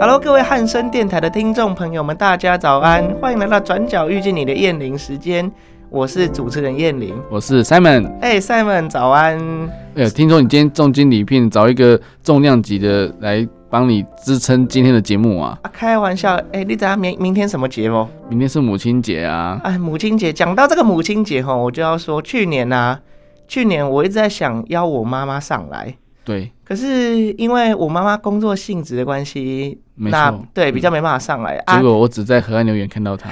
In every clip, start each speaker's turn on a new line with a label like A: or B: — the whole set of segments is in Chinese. A: Hello，各位汉声电台的听众朋友们，大家早安！欢迎来到《转角遇见你》的燕玲时间，我是主持人燕玲。
B: 我是 Simon。
A: 哎、s i m o n 早安！
B: 哎呦，听说你今天重金礼聘，找一个重量级的来帮你支撑今天的节目啊！
A: 啊，开玩笑，哎、你知道明明天什么节吗？
B: 明天是母亲节啊，
A: 哎，母亲节。讲到这个母亲节哈，我就要说，去年呐、去年我一直在想邀我妈妈上来，
B: 对，
A: 可是因为我妈妈工作性质的关系，
B: 没
A: 那
B: 错嗯
A: 对比较没办法上来、啊
B: 结。果我只在河岸留言 看到他，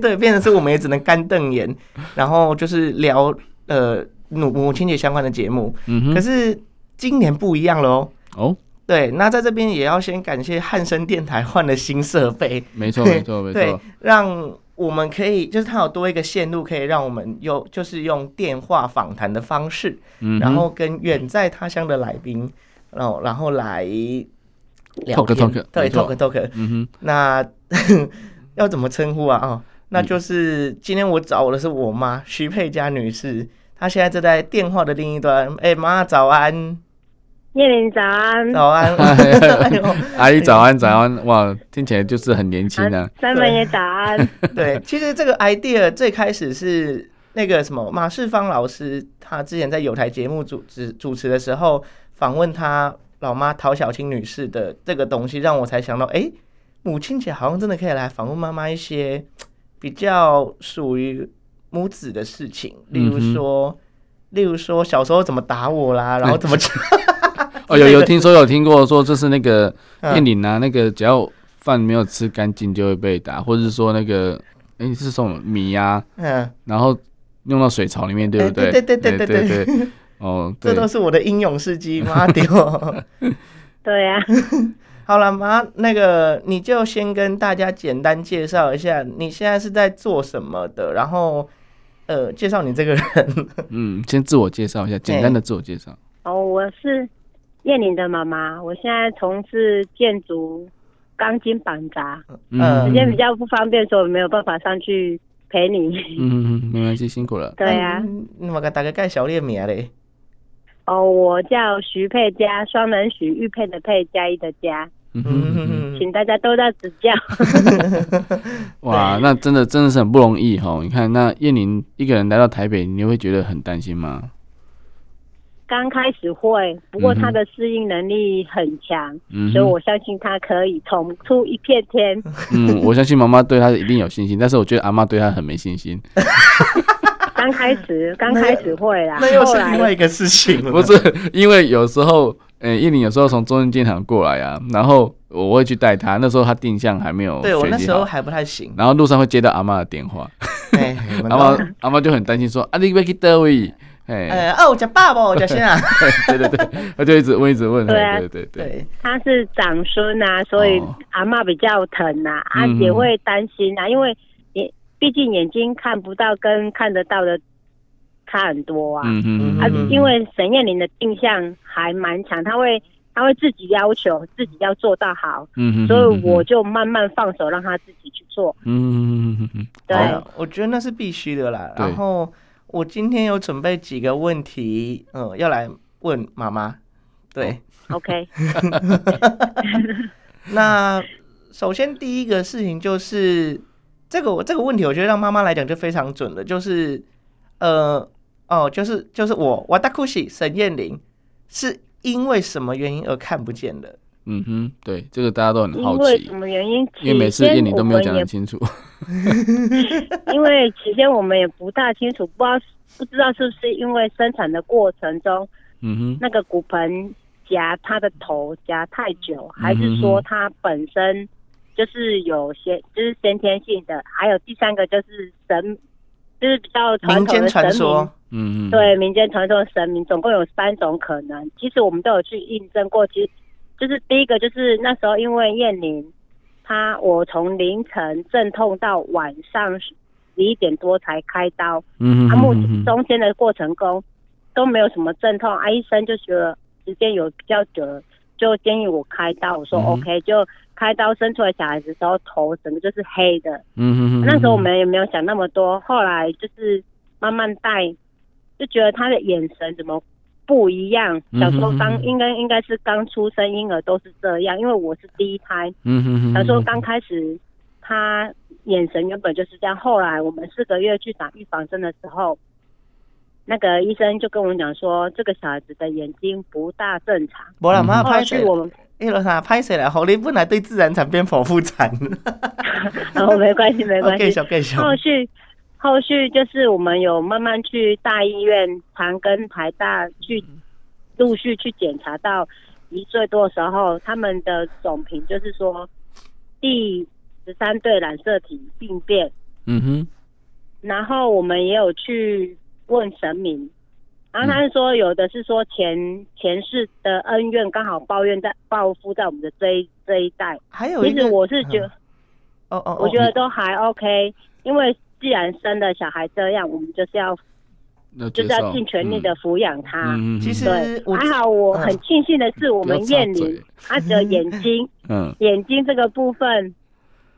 A: 对，变成是我们也只能干瞪眼，然后就是聊呃母母亲节相关的节目。
B: 嗯
A: 可
B: 哼，
A: 是今年不一样喽。
B: 哦，
A: 对，那在这边也要先感谢汉声电台换了新设备，
B: 没错，没错，没
A: 对
B: 错，，
A: 让我们可以就是它有多一个线路，可以让我们有就是用电话访谈的方式，
B: 嗯哼，
A: 然后跟远在他乡的来宾，然后然后来聊
B: Talk
A: 天
B: talk，
A: 对
B: 没
A: ，talk
B: 错
A: talk，
B: 嗯
A: 那 要怎么称呼啊？哦，
B: 嗯
A: 那就是今天我找的是我妈徐佩佳女士，她现在正在电话的另一端。哎、妈，早安，
C: 叶玲早安，
A: 早 安。哎呦
B: 哼，阿姨早安，早安，哇，听起来就是很年轻啊，
C: 三门也早 安，
A: 对，其实这个 idea 最开始是那个什么马世芳老师，他之前在有台节目主持主持的时候，访问他老妈陶小青女士的这个东西，让我才想到，哎，母亲节好像真的可以来访问妈妈一些比较属于母子的事情，例如说。例如说小时候怎么打我啦，然后怎么
B: 哦，有有听说有听过说，就是那个
A: 啊嗯
B: 燕玲啊，那个只要饭没有吃干净就会被打，或者是说那个，哎、是什么米啊，
A: 嗯，
B: 然后弄到水槽里面，对
A: 哎
B: 不对？
A: 对对对对
B: 对
A: 对
B: 对对，哦，
A: 这
B: 对，
A: 都是我的英勇事迹，妈丢！
C: 对啊呀、
A: 好了，妈，那个你就先跟大家简单介绍一下，你现在是在做什么的，然后呃，介绍你这个人。
B: 嗯，先自我介绍一下，简单的自我介绍。
C: 哦，我是叶玲的妈妈，我现在从事建筑钢筋绑扎，
A: 呃
C: 时
B: 嗯
C: 间比较不方便，所以我没有办法上去陪你。
B: 嗯，没关系，辛苦了。
C: 对啊呀、
A: 嗯，那么给大家介绍你的名啊嘞。
C: 哦，我叫徐佩佳，双人徐玉佩的佩，佳一的佳，
B: 嗯哼哼哼
A: 嗯，
C: 请大家多多指教。
B: 哇，那真的真的是很不容易哈。你看，那燕玲一个人来到台北，你会觉得很担心吗？
C: 刚开始会，不过
B: 嗯哼
C: 他的适应能力很强，
B: 嗯
C: 所以
B: 哼，
C: 我相信他可以捅出一片 天。
B: 嗯，我相信妈妈对她一定有信心，但是我觉得阿妈对她很没信心。
C: 刚开始，刚开始会啦，
A: 那又
C: 后
A: 是
C: 来
A: 另外一个事情了。
B: 不是， 因为有时候，呃，燕玲有时候从中正纪念堂过来啊，然后我会去带她，那时候她定向还没有
A: 对我
B: 学
A: 那
B: 习
A: 时候
B: 好，
A: 还不太 行。
B: 然后路上会接到阿妈的电话，
A: 哎，我
B: 阿
A: 们
B: 妈阿妈就很担心说啊，你要去哪位？哎，
A: 呃，哦，叫爸爸，叫先啊。
B: 对对对，她就一直问一直问，
C: 对啊
B: 嘿对对对。
A: 对，
C: 他是长孙啊，所以
B: 哦
C: 阿嬷比较疼呐、啊，
B: 嗯
C: 也会担心啊，因为眼毕竟眼睛看不到跟看得到的差很多啊。
B: 嗯哼
C: 啊
B: 哼
A: 嗯，
B: 哼，
C: 因为沈燕玲的定向还蛮强，他会他会自己要求自己要做到好，
B: 嗯哼，
C: 所以我就慢慢放手让他自己去做。
B: 嗯哼哼哼
C: 对，
A: 好了我觉得那是必须的啦。
B: 对
A: 然后我今天有准备几个问题，嗯，要来问妈妈。对，
C: OK，
A: 那首先第一个事情就是这个我这个问题，我觉得让妈妈来讲就非常准了，就是呃哦，就是就是我瓦达库西沈燕玲是因为什么原因而看不见的？
B: 嗯哼，对，这个大家都很
C: 因
B: 好
C: 为
B: 奇
C: 什，么原因？
B: 因为每次
C: 起先
B: 燕玲都没有
C: 我
B: 讲得
C: 们也
B: 很清楚。
C: 因为起先我们也不大清楚，不知道不知道是不是因为生产的过程中
B: 嗯哼，
C: 那个骨盆夹他的头夹太久，
A: 嗯
B: 哼
C: 还是说他本身就是有先就是先天性的，还有第三个就是神，就是比较传
A: 民
C: 统
A: 间
C: 的神
A: 传
C: 明
A: 说。，
B: 嗯哼，
C: 对民间传说的神明，总共有三种可能。其实我们都有去印证过，其实就是第一个就是那时候因为燕玲。他我从凌晨阵痛到晚上十一点多才开刀，
B: 嗯
C: 他、
B: 哼
C: 目
B: 哼哼哼，
C: 中间的过程中都没有什么阵痛，啊，医生就觉得时间有比较久了，就建议我开刀，我说
B: 嗯哼
C: OK，、就开刀生出来小孩子的时候头整个就是黑的，
B: 嗯哼哼哼，
C: 那时候我们也没有想那么多，后来就是慢慢带，就觉得他的眼神怎么不一样。
B: 嗯
C: 小时候
B: 哼
C: 刚
B: 哼
C: 应该应该是刚出生婴儿都是这样，因为我是第一胎。
B: 嗯哼哼，
C: 小
B: 他
C: 时候刚开始他眼神原本就是这样，后来我们四个月去打预防针的时候，那个医生就跟我们讲说，这个小孩子的眼睛不大正常。
A: 无啦，妈
C: 后
A: 拍
C: 来嗯哦是
A: 谁？
C: 我们
A: 哎罗莎拍谁了？好，你本来对自然产变剖腹产
C: 哦，没关系，没 关系哦
A: ，OK，。小 K 小，
C: 后续后续就是我们有慢慢去大医院、长庚、台大去陆续去检查到一岁多的时候，他们的总评就是说第十三对染色体病变，
B: 嗯哼，
C: 然后我们也有去问神明。然后他是说，有的是说前前世的恩怨刚好抱怨在报复在我们的这一这一代。
A: 还有一
C: 其实
A: 个，
C: 我是觉
A: 嗯哦哦，
C: 我觉
A: 得
C: 得都还 OK，因为既然生了小孩这样，我们就是要
B: 那
C: 就
B: 接
C: 是
B: 受
C: 要尽全力的抚养他。
B: 嗯，嗯
A: 其实
C: 对，
A: 我嗯
C: 还好我很庆幸的是，我们燕
B: 不要插
C: 玲
B: 嘴
C: 她只有 眼睛，
B: 嗯
C: 眼睛这个部分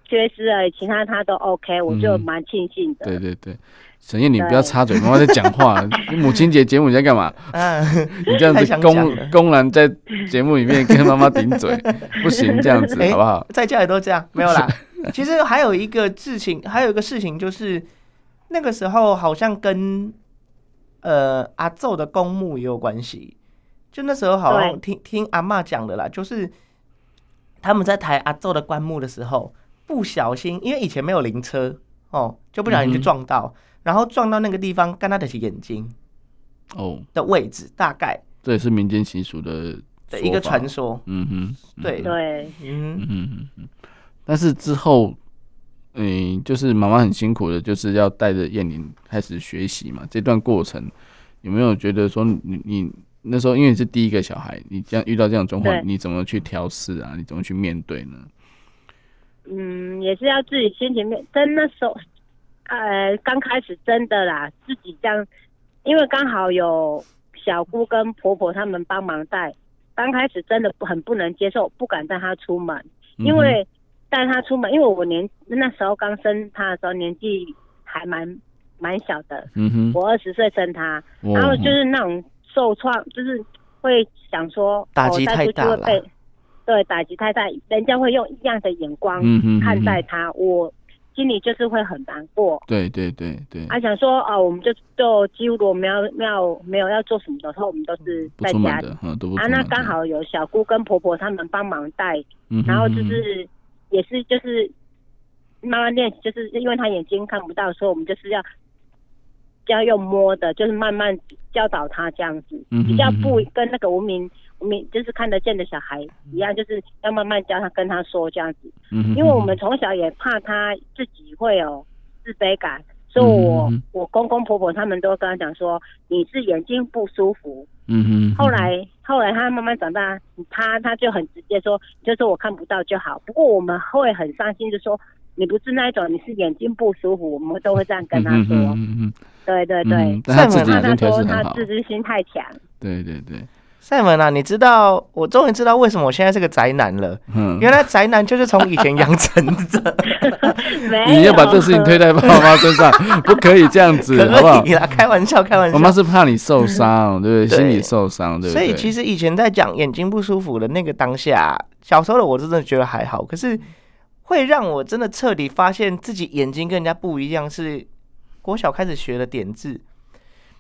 C: 缺失了，其他她都 OK，我就
B: 嗯
C: 蛮庆幸的。
B: 对对对，沈燕，你不要插嘴，妈妈在讲话。你母亲节节目你在干嘛？
A: 嗯，
B: 你这样
A: 太
B: 子
A: 想讲
B: 公
A: 了
B: 公然在节目里面跟妈妈顶 嘴，不行，这样子
A: 哎
B: 好不好？
A: 在家里都这样，没有 啦。其实还有一个事情，还有一个事情就是，那个时候好像跟呃阿奏的公墓也有关系。就那时候好像
C: 对
A: 听听阿嬷讲的啦，就是他们在抬阿奏的棺木的时候，不小心，因为以前没有灵车哦，就不小心
B: 嗯
A: 就
B: 哼
A: 撞到，然后撞到那个地方，干他的是眼睛
B: 哦，
A: 的位置，大概
B: 这也是民间习俗的
A: 的一个
B: 说法
A: 传。说。
B: 嗯哼，嗯
A: 对
B: 哼
C: 对，
A: 嗯
B: 嗯，嗯嗯，但是之后，嗯，就是妈妈很辛苦的，就是要带着燕玲开始学习嘛。这段过程有没有觉得说你你那时候因为你是第一个小孩，你这样遇到这种状况
C: 对，
B: 你怎么去调试啊？你怎么去面对呢？
C: 嗯，也是要自己心情面。真那时候，呃，刚开始真的啦，自己这样，因为刚好有小姑跟婆婆他们帮忙带，刚开始真的不很不能接受，不敢带她出门，
B: 嗯哼
C: 因为带她出门，因为我年那时候刚生她的时候年纪还蛮蛮小的，
B: 嗯哼，
C: 我二十岁生她，
A: 哦
B: 我
C: 然后就是那种受创，就是会想说
A: 打击
C: 哦带
A: 太
C: 出去
A: 大
C: 会
A: 了
C: 被，对，打击太大，人家会用异样的眼光
B: 嗯哼嗯哼
C: 看待他，我心里就是会很难过。
B: 对对对对，
C: 啊，想说啊，我们就就几乎我们要没有没有要做什么的时候，我们都是
B: 不
C: 在
B: 出
C: 家
B: 门
C: 里
B: 的，嗯，都不出
C: 啊。
B: 门的。
C: 那刚好有小姑跟婆婆他们帮忙带，
B: 嗯哼，
C: 然后就
B: 嗯哼
C: 是也是就是慢慢练习，就是因为他眼睛看不到，所以我们就是要要用摸的，就是慢慢教导他这样子，
B: 嗯哼
C: 比较
B: 嗯哼
C: 不跟那个无名无名就是看得见的小孩一样，就是要慢慢教他跟他说这样子，
B: 嗯哼
C: 因为我们从小也怕他自己会有自卑感。所以我
B: 嗯哼嗯、哼
C: 我公公婆婆他们都跟他讲说，你是眼睛不舒服，
B: 嗯哼，嗯哼
C: 后来后来他慢慢长大，他他就很直接说，就说我看不到就好。不过我们会很伤心，就说你不是那一种，你是眼睛不舒服，我们都会这样跟他
B: 嗯
C: 说。
B: 哼嗯哼
C: 对对
B: 嗯
C: 对，
B: 哼，但他自己
C: 怕
B: 已
C: 他
B: 经调
C: 说
B: 试
C: 他
B: 很好
C: 自，制心太强，
B: 对对对，
A: 赛门啊，你知道，我终于知道为什么我现在是个宅男了。
B: 嗯，
A: 原来宅男就是从以前养成 的，
C: 没有。
B: 你要把这事情推在爸妈身上，不可以这样子，好不好
A: 可？以啦，开玩笑，开玩
B: 妈妈
A: 笑。
B: 是怕你
C: 嗯
B: 受伤，对不对？
A: 对
B: 心理受伤，对不
A: 所
B: 对？
A: 以其
B: 实，
A: 实以前在讲眼睛不舒服的那个当下，小时候的我真的觉得还好，可是会让我真的彻底发现自己眼睛跟人家不一样，是国小开始学的点字，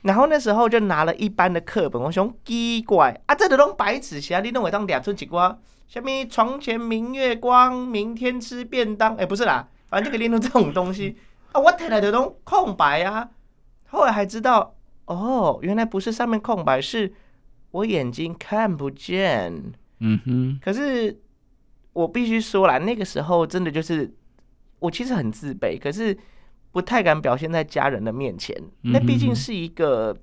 A: 然后那时候就拿了一般的课本，我想奇怪啊，这都拢白纸写，你认为当两寸几瓜？下面床前明月光，明天吃便当。哎、不是啦，反正就可以练出这种东西啊。我填来的都空白啊。后来还知道，哦，原来不是上面空白，是我眼睛看不见。
B: 嗯哼，
A: 可是我必须说啦，那个时候真的就是我其实很自卑，可是不太敢表现在家人的面前。
B: 嗯哼
A: 那毕竟是一个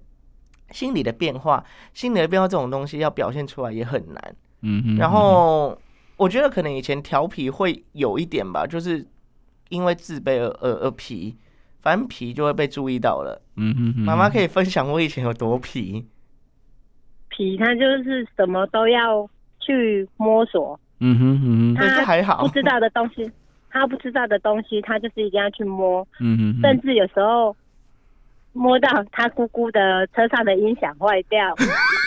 A: 心理的变化，心理的变化这种东西要表现出来也很难。
B: 嗯哼，
A: 然后我觉得可能以前调皮会有一点吧，就是因为自卑而而而皮，反正皮就会被注意到了。
B: 嗯哼哼，
A: 妈妈可以分享我以前有多皮，
C: 皮他就是什么都要去摸索，
B: 嗯哼嗯哼
C: 他
A: 对，这还好
C: 不。知道的东西，他不知道的东西，他就是一定要去摸，
B: 嗯哼
C: 甚
B: 哼，
C: 至有时候摸到他姑姑的车上的音响坏 掉，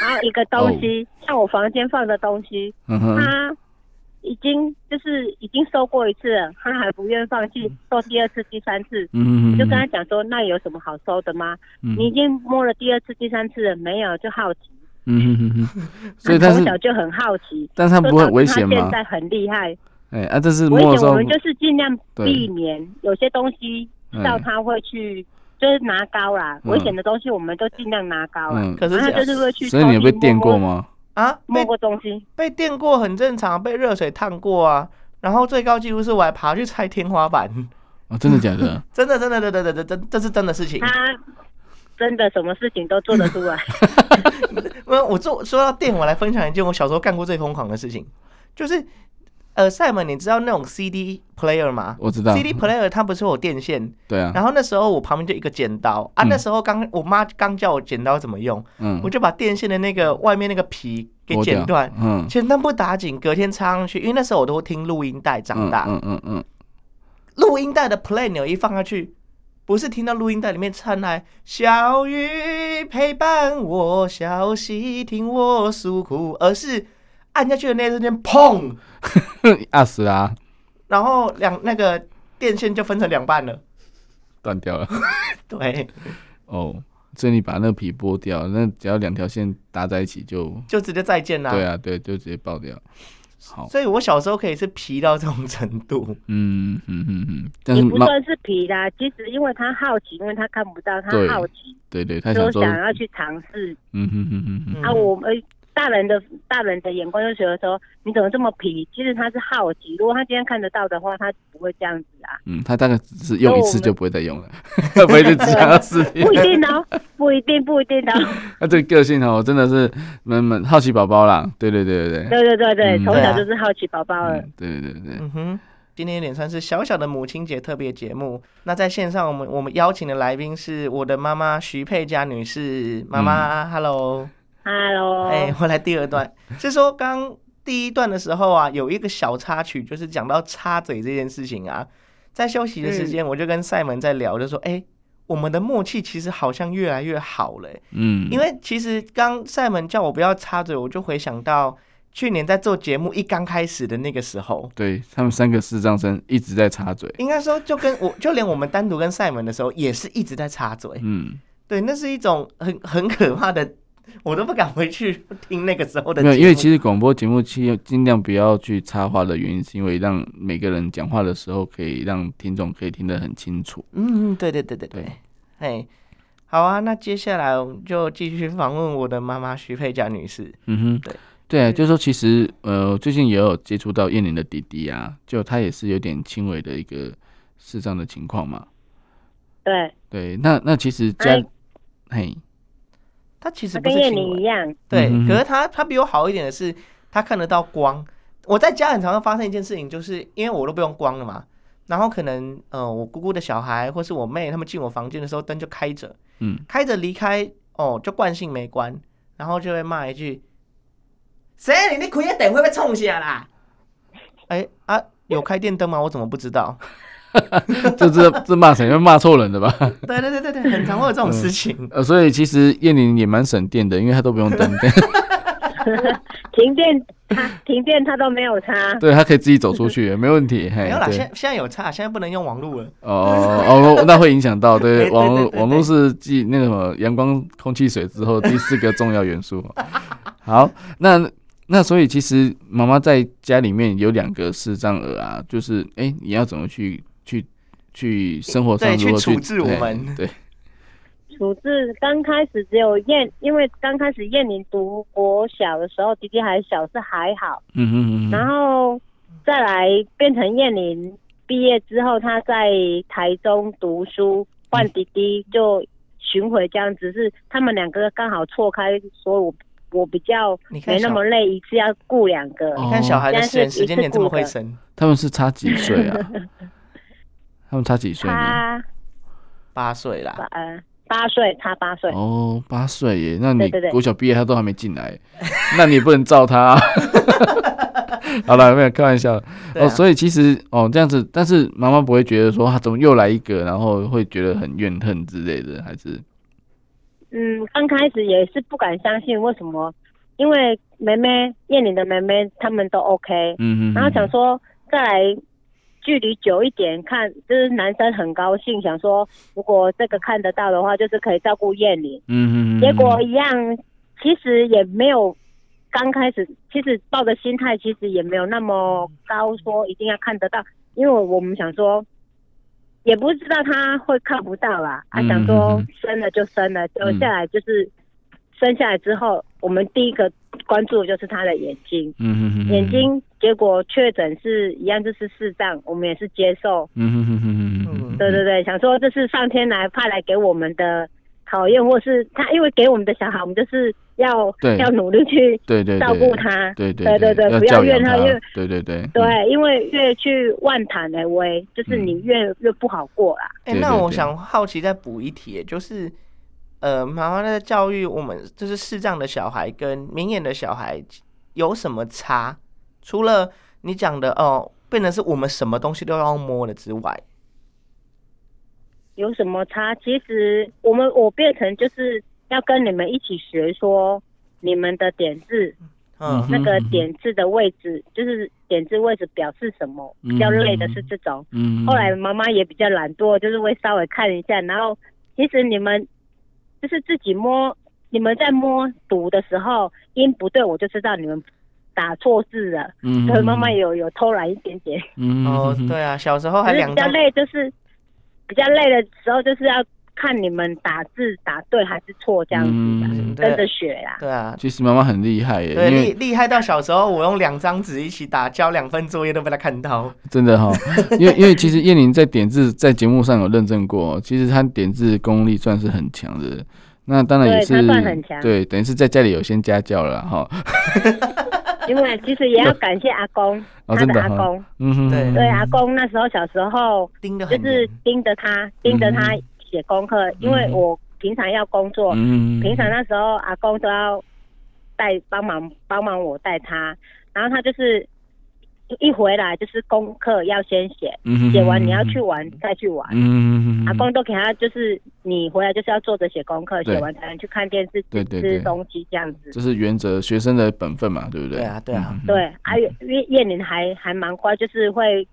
C: 然后一个东西，像我房间放的东西，
B: 哦嗯哼，
C: 他已经就是已经收过一次了，他还不愿放弃，收第二次、第三次。
B: 嗯哼哼，
C: 就跟他讲说，那有什么好收的吗？你已经摸了第二次、第三次了，没有就好奇，
B: 嗯哼哼哼，所以他
C: 从小
B: 是，
C: 就很好奇。
B: 但是他不会很危险
C: 他
B: 吗
C: 现？在很厉害，
B: 哎啊，这是
C: 危
B: 摸的时
C: 险我
B: 候，
C: 们就是尽量
B: 对
C: 避免有些东西，知道他会去就是拿高啦，
B: 嗯
C: 危险的东西我们都尽量拿高啦。
B: 嗯，
A: 可是
C: 然后他就是会去，
B: 所以你有被电过？吗？
A: 啊，
C: 摸
A: 被
C: 过东西，
A: 被电过很正常，被热水烫过啊。然后最高纪录是我还爬去拆天花板，
B: 哦，真的假的？
A: 真的真的真的真的真的这是真的事情。
C: 他真的什么事情都做得 出来。
A: 我我做说到电，我来分享一件我小时候干过最疯狂的事情，就是呃，赛门，你知道那种 CD player 吗？
B: 我知道
A: CD player 它不是有电线，
B: 对啊，
A: 然后那时候我旁边就一个剪刀啊，
B: 嗯
A: 那时候刚我妈刚教我剪刀怎么用，
B: 嗯
A: 我，就把电线的那个外面那个皮给
B: 剥掉
A: 剪断，
B: 嗯，
A: 剪断不打紧，隔天插上去，因为那时候我都听录音带长大，
B: 嗯嗯嗯
A: 录音带的 play 钮一放下去，不是听到录音带里面传来“小雨陪伴我，小溪听我诉苦”，而是按下去的那一瞬间，砰，
B: 嗯， 压死啦，
A: 然后两那个电线就分成两半了。
B: 断掉了。
A: 对，
B: 哦，所以你把那个皮剥掉，那只要两条线搭在一起就，
A: 就直接再见啦。
B: 对啊，对，就直接爆掉。好，
A: 所以我小时候可以是皮到这种程度。
B: 嗯嗯嗯嗯，但
C: 也
B: 是
C: 不
B: 妈，
C: 算是皮啦，其实因为他好奇，因为他看不到，他
B: 对
C: 好奇，
B: 对对，他想
C: 就
B: 说，
C: 想要去尝试。
B: 嗯哼哼哼
A: 嗯
B: 哼，
C: 啊，我们大人的大人的眼光就觉得说，你怎么这么皮？其实他是好奇，如果他今天看得到的话，他不会这样子 啊。
B: 嗯，他大概只是用一次就不会再用了， 会不会就只想要四天
C: 不？一定哦，不一定，不一定哦。
B: 他这个个性哦，真的是蛮蛮好奇宝宝啦，对对对对对，
C: 对对对对，
B: 嗯
C: 从小就是好奇宝宝了。
B: 嗯，对对对对，
A: 啊嗯哼，今天有点算是小小的母亲节特别节目。那在线上，我们我们邀请的来宾是我的妈妈徐佩佳女士，妈妈、h e l l o
C: Hello，
A: 哎、我来第二段，是说刚第一段的时候啊，有一个小插曲，就是讲到插嘴这件事情啊。在休息的时间，我就跟赛门在聊，就说：“哎、我们的默契其实好像越来越好了、
B: 嗯，
A: 因为其实刚赛门叫我不要插嘴，我就回想到去年在做节目一刚开始的那个时候，
B: 对他们三个视障生一直在插嘴，
A: 应该说就跟我就连我们单独跟赛门的时候，也是一直在插嘴。
B: 嗯，
A: 对，那是一种很很可怕的，我都不敢回去听那个时候的节
B: 没
A: 目。
B: 有，因为其实广播节目尽尽量不要去插话的原因，是因为让每个人讲话的时候，可以让听众可以听得很清楚。
A: 嗯，对对对对对
B: 对，
A: 嘿，好啊，那接下来我们就继续访问我的妈妈徐佩佳女士。
B: 嗯哼，
A: 对，
B: 对啊，就是说其实呃，最近也有接触到燕玲的弟弟啊，就他也是有点轻微的一个视障的情况嘛。
C: 对，
B: 对，那那其实家
C: 哎，
B: 嘿，
A: 她其实
C: 他
A: 不
C: 跟
A: 是
C: 叶
A: 轻
C: 玲一
A: 微，
C: 样，
A: 对，
B: 嗯哼
A: 可是她她比我好一点的是，她看得到光。我在家很常常发生一件事情，就是因为我都不用光了嘛，然后可能呃我姑姑的小孩或是我妹他们进我房间的时候灯就开着，
B: 嗯，
A: 开着离开哦就惯性没关，然后就会骂一句：“谁啊你你开个灯会不会冲下啦？”哎啊，有开电灯吗？我怎么不知道？
B: 这这这骂谁？骂错人的吧？
A: 对对对对对，很常会有这种事情。
B: 呃，所以其实燕玲也蛮省电的，因为她都不用灯 电，
C: 停电他停电他都没有差。
B: 对她可以自己走出去，没问题。嘿，
A: 没有啦，
B: 哎对
A: 现现在有差，现在不能用网络了。
B: 哦哦，那会影响到
A: 对
B: 对
A: 对
B: 网
A: 对
B: 络
A: 对
B: 网络是继那个什么阳光、空气、水之后第四个重要元素。 好，那那所以其实妈妈在家里面有两个视障儿啊，就是哎、你要怎么去去去生活上
A: 对
B: 如何
A: 去
B: 去
A: 处置我
B: 对
A: 们
B: 对，
C: 处置刚开始只有燕，因为刚开始燕玲读国小的时候，弟弟还小，是还好。
B: 嗯哼嗯
C: 然
B: 哼，
C: 后再来变成燕玲毕业之后，她在台中读书，
A: 嗯
C: 换弟弟就巡回这样子，是他们两个刚好错开，所以我我比较
A: 你看
C: 没那
A: 小
C: 么累，一次要顾两个。
B: 哦
A: 你看小孩的时
C: 但
A: 间
C: 是
A: 时间点这么会
C: 一次
A: 生，
B: 他们是差几岁 啊？他们差几岁呢？
C: 他
A: 八岁啦，
C: 呃八岁，他八岁，
B: 哦，八岁耶！那你
C: 对对对
B: 国小毕业他都还没进来，那你也不能照他、 啊。 好了，没有开玩笑。
A: 对啊
B: 哦，所以其实哦这样子，但是妈妈不会觉得说他怎么又来一个，然后会觉得很怨恨之类的，还是
C: 嗯，刚开始也是不敢相信，为什么？因为妹妹燕玲的妹妹他们都 OK，
B: 嗯哼哼
C: 然后想说再来距离久一点看，就是男生很高兴，想说如果这个看得到的话，就是可以照顾燕玲。
B: 嗯哼哼
C: 结果一样，其实也没有刚开始，其实抱的心态其实也没有那么高，说一定要看得到，因为我们想说，也不知道他会看不到啦，啊，
B: 嗯
C: 想说
B: 嗯
C: 生了就生了，留下来就是生下来之后，我们第一个关注的就是他的眼睛，
B: 嗯哼哼哼
C: 眼，睛结果确诊是一样，就是视障，我们也是接受，
B: 嗯哼哼哼哼哼，
A: 嗯
C: 对对对，想说这是上天来派来给我们的考验，或是他因为给我们的小孩，我们就是要
B: 对
C: 要努力去
B: 对对对，
C: 照顾他。
B: 对
C: 对
B: 对
C: 对对不要
B: 教
C: 怨
B: 养
C: 他
B: 他
C: 因为，
B: 对对对，嗯
C: 对，因为越去万谈而为，就是
B: 嗯
C: 你越、越不好过啦。
A: 哎、
B: 对
A: 那
B: 对
A: 我
B: 对
A: 想好奇再补一题，就是，呃，妈妈在教育我们，就是视障的小孩跟明眼的小孩有什么差？除了你讲的哦，变成是我们什么东西都要摸了之外，
C: 有什么差？其实我们我变成就是要跟你们一起学说你们的点字，
A: 嗯，
C: 那个
B: 嗯嗯嗯
C: 点字的位置，就是点字位置表示什么，比较累的是这种。
B: 嗯，
C: 后来妈妈也比较懒惰，就是会稍微看一下。然后其实你们就是自己摸，你们在摸读的时候音不对，我就知道你们打错字了。
B: 嗯
C: 所以妈妈，有有偷懒一点点，
B: 嗯
A: 哦，，对啊，小时候还
C: 可是
A: 两
C: 比较
A: 张，
C: 累，就是比较累的时候，就是要看你们打字打对还是错这样子的，
B: 嗯
C: 跟着
A: 对，
C: 学啦。
A: 对啊。
B: 其实妈妈很厉害耶，
A: 对，
B: 因为
A: 厉厉害到小时候，我用两张纸一起打，交两份作业都被他看到。
B: 真 的哈、因为因为其实燕玲在点字在节目上有认证过、哦，其实她点字功力算是很强的。那当然也
C: 对
B: 是
C: 她算很强
B: 对，等于是在家里有先家教了啦哈、
C: 因为其实也要感谢阿公，
B: 哦，
C: 他
B: 真
C: 的
B: 的
C: 阿
B: 哈、
C: 公，
B: 嗯哼，
A: 对
C: 对阿公那时候小时候
A: 盯得
C: 就
A: 很
C: 是
A: 严，
B: 嗯
C: 盯着他，盯着他写功课，因为我平常要工作，
B: 嗯，
C: 平常那时候阿公都要带帮忙帮忙我带他，然后他就是一回来就是功课要先写，
B: 嗯
C: 写完你要去，玩再去玩。
B: 嗯，
C: 阿公都给他，就是你回来就是要坐着写功课，
B: 对
C: 写完才能去看电视、
B: 对
C: 吃
B: 对对
C: 吃东西这样子。
B: 这是原则，学生的本分嘛，对不对？嗯
A: 对啊对啊，
C: 对，阿燕燕玲还还蛮乖，就是会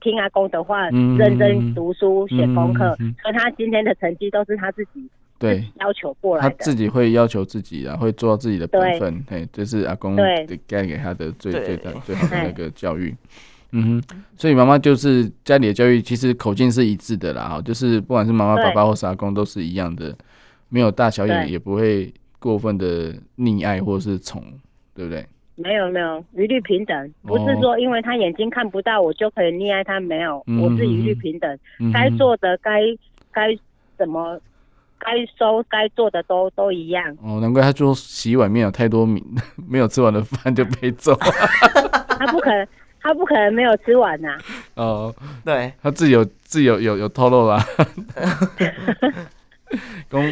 C: 听阿公的话，
B: 嗯
C: 认真读书、写功课，
B: 嗯嗯嗯嗯
C: 所以他今天的成绩都是他自己
B: 对，
C: 要求过
B: 他
C: 来的
B: 自。己会要求自己啊，会做到自己的本分，嘿，这是阿公
C: 对
B: 给该给他的最
A: 对
B: 最大最好的
C: 嘿
B: 那个教育。嗯哼，所以妈妈就是家里的教育，其实口径是一致的啦，哈，就是不管是妈妈、
C: 对
B: 爸爸或是阿公都是一样的，没有大小眼，
C: 对
B: 也不会过分的溺爱或是宠，对不对？
C: 没有没有，一律平等，不
B: 哦
C: 是说因为他眼睛看不到我就可以溺爱他，没有，
B: 嗯
C: 我是一律平等，
B: 嗯哼
C: 该做的该该怎么。该收该做的都都一样，
B: 哦，难怪他说洗碗面有太多米， 没有吃完的饭就被揍
C: 他不可能，他不可能没有吃完啊呐、
B: 哦。
A: 对，
B: 他自己有自己有有有透露啦，讲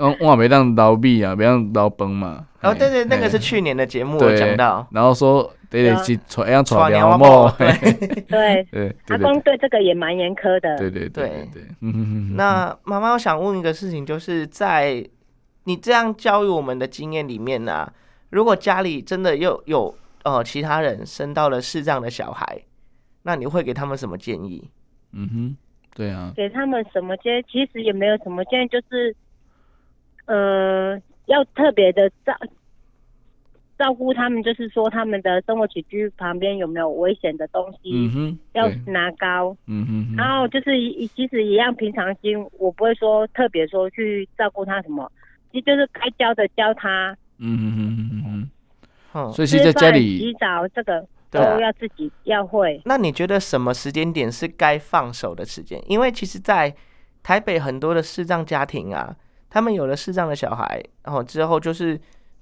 B: 嗯，我没让老毕啊，没让老崩嘛。
A: 哦，
B: 嘿
A: 对对，那
C: 哎
A: 个是
B: 嘿
A: 去年的节目我
B: 对
A: 讲到，
B: 然后说得
C: 对
B: 得
C: 啊
B: 去传要
A: 耍
B: 传
A: 鸟
B: 聊
A: 啊
B: 嘛，
A: 对
C: 哎
B: 嘿
C: 对，
B: 对对
C: 阿公
B: 对
C: 对这个也蛮严苛的。
B: 对对对对对，嗯哼哼哼
A: 那妈妈，我想问一个事情，就是在你这样教育我们的经验里面呢、啊，如果家里真的又有呃其他人生到了视障的小孩，那你会给他们什么建议？
B: 嗯哼，对啊，
C: 给他们什么建议？其实也没有什么建议，就是，呃，要特别的照照顾他们，就是说他们的生活起居旁边有没有危险的东西，
B: 嗯哼，
C: 要
B: 对，
C: 拿高。
B: 嗯哼
C: 然
B: 哼，
C: 后就是一其实一样平常心，我不会说特别说去照顾他什么，其实就是该教的教他，
B: 嗯哼哼哼哼
A: 嗯
B: 哼，，所以其
C: 吃
B: 实
C: 饭、
B: 在家
C: 洗
B: 里，
C: 澡这个都
A: 对啊
C: 要自己要会。
A: 那你觉得什么时间点是该放手的时间？因为其实，在台北很多的视障家庭啊，他们有了视障的小孩，然后之后就是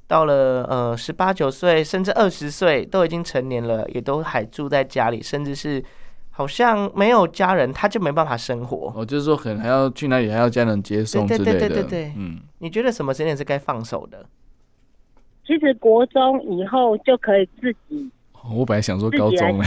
A: 到了呃十八九岁，甚至二十岁都已经成年了，也都还住在家里，甚至是好像没有家人，他就没办法生活。
B: 哦，就是说可能还要去哪里还要家人接送之
A: 对
B: 类
A: 对
B: 的，
A: 对对对对
B: 嗯，
A: 你觉得什么时间点是该放手的？
C: 其实国中以后就可以自己，
B: 哦我本来想说
C: 自己
B: 高
C: 来
B: 中嘞，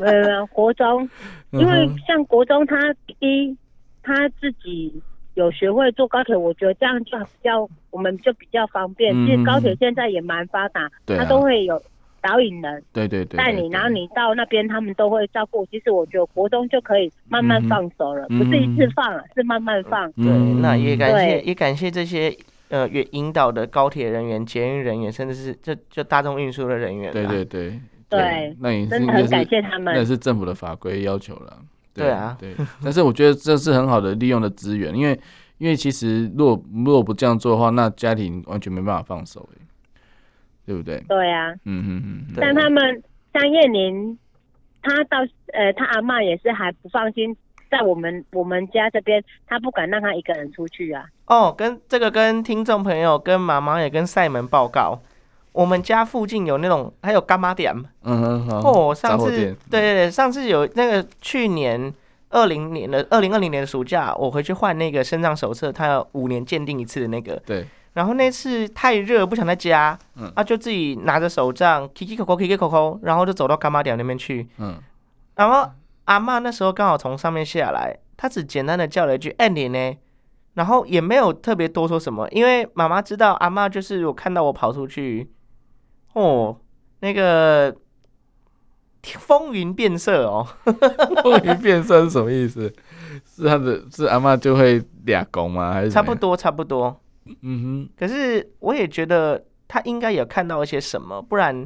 C: 没有没有呃国中，因为
B: 嗯哼
C: 像国中他第一他自己有学会坐高铁，我觉得这样就比较我们就比较方便。
B: 嗯
C: 其实高铁现在也蛮发达，
B: 对啊
C: 他都会有导引人
B: 对对对，
C: 带
B: 对
C: 你，
B: 对
C: 然后你到那边他们都会照顾。其实我觉得国中就可以慢慢
B: 嗯哼
C: 放手了，
B: 嗯
C: 不是一次放了，啊是慢慢放。
A: 对，那也感谢
C: 对
A: 也感谢这些呃也引导的高铁人员、捷运人员，甚至是就就大众运输的人员啦。
B: 对对对
C: 对
B: 那也是
C: 真
B: 应
C: 的
B: 该
C: 很感
B: 是
C: 谢他们
B: 那也。是政府的法规要求了。
A: 对啊
B: 对，但是我觉得这是很好的利用的资源，因为因为其实如果如果不这样做的话，那家庭完全没办法放手、欸，对不对？
C: 对啊，
B: 嗯嗯嗯，
A: 对
C: 但他们像叶玲，她到呃，她阿嬷也是还不放心，在我们我们家这边，她不敢让她一个人出去啊。
A: 哦，跟这个跟听众朋友、跟妈妈也跟赛门报告，我们家附近有那种还有干妈店
B: 嗯嗯好。
A: 哦，
B: 杂
A: 上次
B: 货
A: 对
B: 店
A: 对对，上次有那个去年二零年的二零二零年的暑假，我回去换那个身障手册，它要五年鉴定一次的那个，
B: 对，
A: 然后那次太热不想在家，
B: 嗯
A: 啊就自己拿着手杖，K K 口口 K K 口口，然后就走到干妈店那边去，
B: 嗯，
A: 然后阿嬷那时候刚好从上面下来，她只简单的叫了一句“哎、你呢”，然后也没有特别多说什么，因为妈妈知道阿嬷就是我看到我跑出去，哦，那个风云变色哦，
B: 过于变身是什么意思？是他的是阿嬷就会俩拱吗？还是
A: 差不
B: 怎么
A: 多差不多。
B: 样？嗯
A: 可是我也觉得她应该有看到一些什么，不然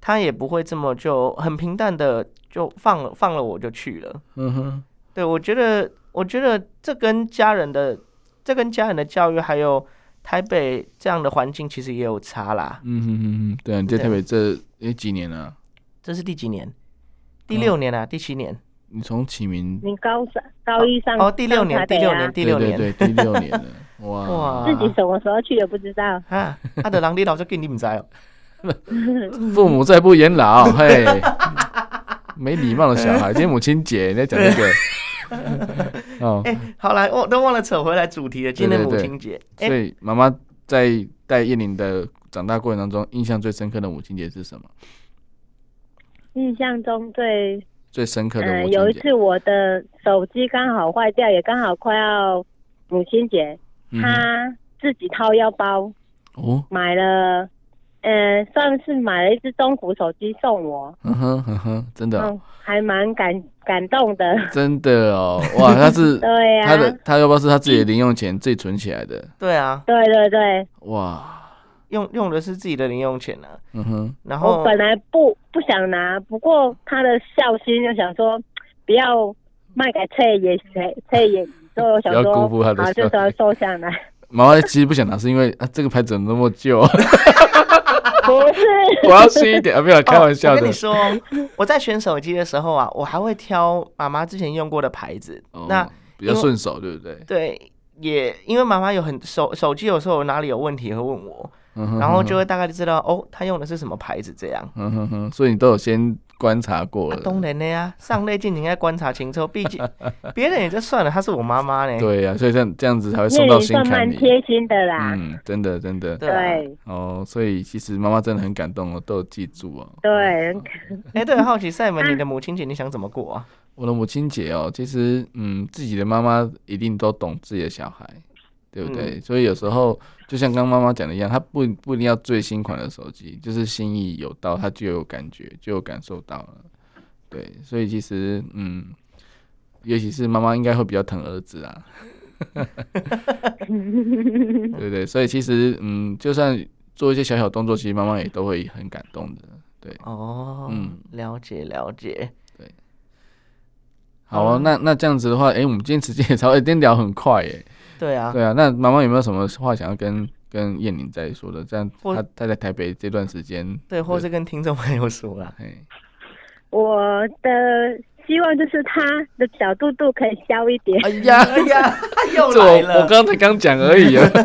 A: 她也不会这么就很平淡的就放了放了我就去了。
B: 哼，嗯哼，
A: 对，我觉得，我觉得这跟家人的，这跟家人的教育，还有台北这样的环境，其实也有差啦。
B: 嗯哼嗯哼，对啊，你在
A: 对
B: 台北这诶几年啊？
A: 这是第几年？第六
B: 嗯
A: 年啊，第七年？
B: 你从启明
C: 你高三高一上
A: 哦，第六
C: 上
A: 年，
C: 台北
A: 第六
C: 啊
A: 年，第六年。
B: 对对对，第六年了，哇
A: 哇
C: 自己什么时候去也不知道。
A: 啊，阿德郎你老就跟你们在哦。
B: 父母在不言老， 嘿，没礼貌的小孩。今天母亲节，你在讲这个， 哦，
A: 哎、好啦，我、都忘了扯回来主题了。今天
B: 对
A: 母
B: 对对
A: 亲节，哎、
B: 所以妈妈在带叶玲的长大过程当中，印象最深刻的母亲节是什么？
C: 印象中最
B: 最深刻的
C: 嗯、
B: 母
C: 有
B: 亲
C: 一
B: 节，
C: 次我的手机刚好坏掉，也刚好快要母亲节，
B: 嗯哼，
C: 她自己掏腰包
B: 哦，
C: 买了，呃，算是买了一只中古手机送我，
B: 嗯哼嗯哼，真的哦，
C: 嗯，还蛮感感动的。
B: 真的哦，哇，她是
C: 对啊呀、
B: 她的，她要不要是她自己的零用钱自己存起来的？
A: 对啊，
C: 对对对，
B: 哇，
A: 用用的是自己的零用钱啊。
B: 嗯哼，
A: 然
C: 我
A: 后
C: 本来不不想拿，不过他的孝心就想说，不要卖给翠也翠翠也，所以我想
B: 不要
C: 说，
B: 辜负他的
C: 好就
B: 孝
C: 说
B: 心
C: 收 下来，
B: 妈妈其实不想拿，是因为啊，这个牌子怎么那么旧？
C: 不是，
B: 我要新一点啊，没有开玩笑
A: 哦我
B: 的
A: 跟你。说，我在选手机的时候啊，我还会挑妈妈之前用过的牌子。
B: 哦
A: 那
B: 比较
A: 因为
B: 顺手，对不对？
A: 对，也因为妈妈有很手手机有时候哪里有问题会问我，
B: 嗯哼
A: 然后就
B: 哼嗯
A: 会大概就知道哦，她用的是什么牌子这样。
B: 哼哼哼，所以你都有先观察过
A: 啊
B: 了，，
A: 当然的呀、上类进行在观察清楚，毕 竟别人也就算了，她是我妈妈呢。
B: 对啊呀、所以这样这样子才会
C: 那
B: 送到
C: 你
B: 心
C: 算
B: 坎
C: 蛮
B: 里。
C: 贴心的啦，
B: 嗯，真的真的
A: 对啊
C: 对
B: 哦，所以其实妈妈真的很感动哦，都有记住哦。
C: 对，
A: 哎、对，好奇赛
C: 嗯
A: 门，你的母亲节你想怎么过啊？
B: 我的母亲节哦，其实嗯，自己的妈妈一定都懂自己的小孩，对不对？所以有时候就像刚刚妈妈讲的一样，她不不一定要最新款的手机，就是心意有到，她就有感觉，就有感受到了。对，所以其实嗯，尤其是妈妈应该会比较疼儿子啊，
C: 嗯
B: 对不对？所以其实嗯，就算做一些小小动作，其实妈妈也都会很感动的。对，
A: 哦，
B: 嗯
A: 了解了解。
B: 好、哦，那那这样子的话，诶，我们今天时间也超，今天聊很快耶。
A: 对啊，
B: 对啊，那妈妈有没有什么话想要跟跟燕玲再说的？这样
A: 我
B: 她她在台北这段时间，
A: 对，或是跟听众朋友说啦。
B: 嘿，
C: 我的希望就是他的小肚肚可以消一点，
B: 哎呀，
A: 哎呀， 又
B: 这我
A: 来了，
B: 我刚才刚讲而已啊。
C: 这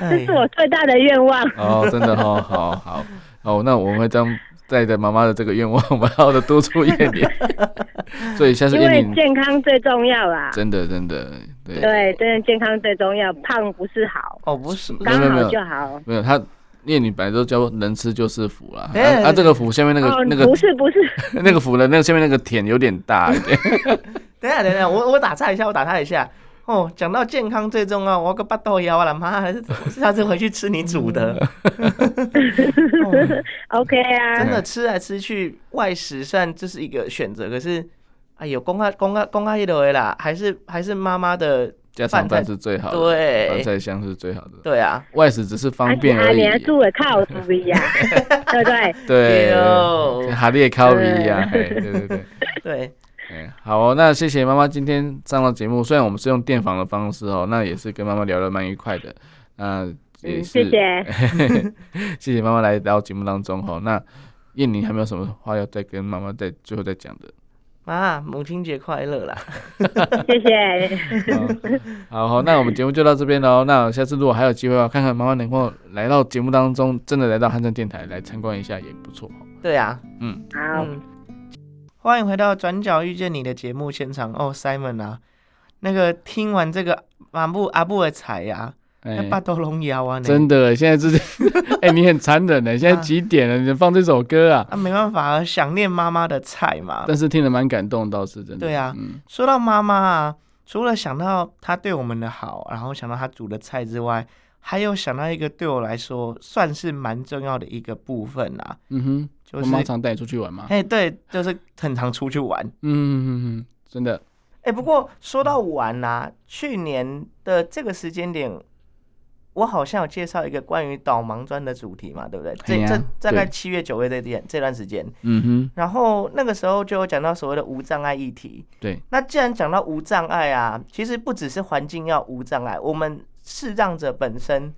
A: 哎
C: 是我最大的愿望。
B: 哦，真的哦，好好好，那我们会将带着妈妈的这个愿望，我们好好的督促燕玲。 所以下次
C: 因
B: 燕
C: 为
B: 玲
C: 健康最重要啦，
B: 真的真的对
C: 对，真的健康最重要，胖不是好，
A: 哦，不是，
B: 没有
C: 刚
B: 没有没
C: 好
B: 有
C: 就好。
B: 没有她燕玲本来都叫能吃就是福啦，
A: 对
B: 啊啊这个福下面那个
C: 哦，
B: 那个
C: 不是不是，
B: 那个福的那个下面那个舔有点大一 点，
A: 等一下等一下，我我打岔一下，我打岔一下。哦，讲到健康最重要，我个八豆腰啊，妈 的，下次回去吃你煮的。哦
C: OK 啊
A: 真，的吃来吃去，外食虽然这是一个选择，可是，哎呦，公啊公啊公啊一楼的啦，还是还是妈妈的，
B: 家常
A: 饭
B: 饭
A: 菜
B: 是最好的，饭
A: 对
B: 菜香是最好的，
A: 对啊，
B: 外食只是方
C: 而且
B: 便
C: 啊，
B: 而已
C: 你，还住的靠主 意呀，啊对不对？
B: 对
A: 对哦，
B: 哈利也考一呀，啊嘿对对对。
A: 对，
B: 哎，好哦，那谢谢妈妈今天上到节目。虽然我们是用电访的方式哦，那也是跟妈妈聊得蛮愉快的。那也是、
C: 嗯，谢谢。
B: 谢谢妈妈来到节目当中哦。那燕宁还没有什么话要再跟妈妈再最后再讲的。
A: 妈，母亲节快乐啦！
C: 谢谢，
B: 哦 好，好，那我们节目就到这边喽。那下次如果还有机会的话，看看妈妈能够来到节目当中，真的来到汉正电台来参观一下也不错哦。
A: 对啊，
B: 嗯，
C: 好，
A: 嗯，欢迎回到《转角遇见你》的节目现场哦，Simon 啊，那个听完这个马布阿布的彩呀、啊，
B: 哎
A: 那八豆龙腰啊，那
B: 真的，现在这是， 哎、你很残忍呢。现在
A: 啊
B: 几点了？你放这首歌啊？
A: 啊，没办法，想念妈妈的菜嘛。
B: 但是听得蛮感动，倒是真的。
A: 对啊
B: 嗯，
A: 说到妈妈啊，除了想到她对我们的好，然后想到她煮的菜之外，还有想到一个对我来说算是蛮重要的一个部分啊，
B: 嗯哼，
A: 就
B: 妈妈
A: 是
B: 常带你出去玩吗？
A: 哎，对，就是很常出去 玩。
B: 嗯嗯嗯嗯，真的，
A: 哎，不过说到玩啊，去年的这个时间点。我好像有介绍一个关于导盲砖的主题嘛，对不对？
B: 哎
A: 这
B: 呀
A: 这大概
B: 对
A: 七月九月这点这段时间，
B: 嗯哼，
A: 然后那个时候就有讲到所谓的无障碍议题。
B: 对，
A: 那既然讲到无障碍啊，其实不只是环境要无障碍，我们视障者本身，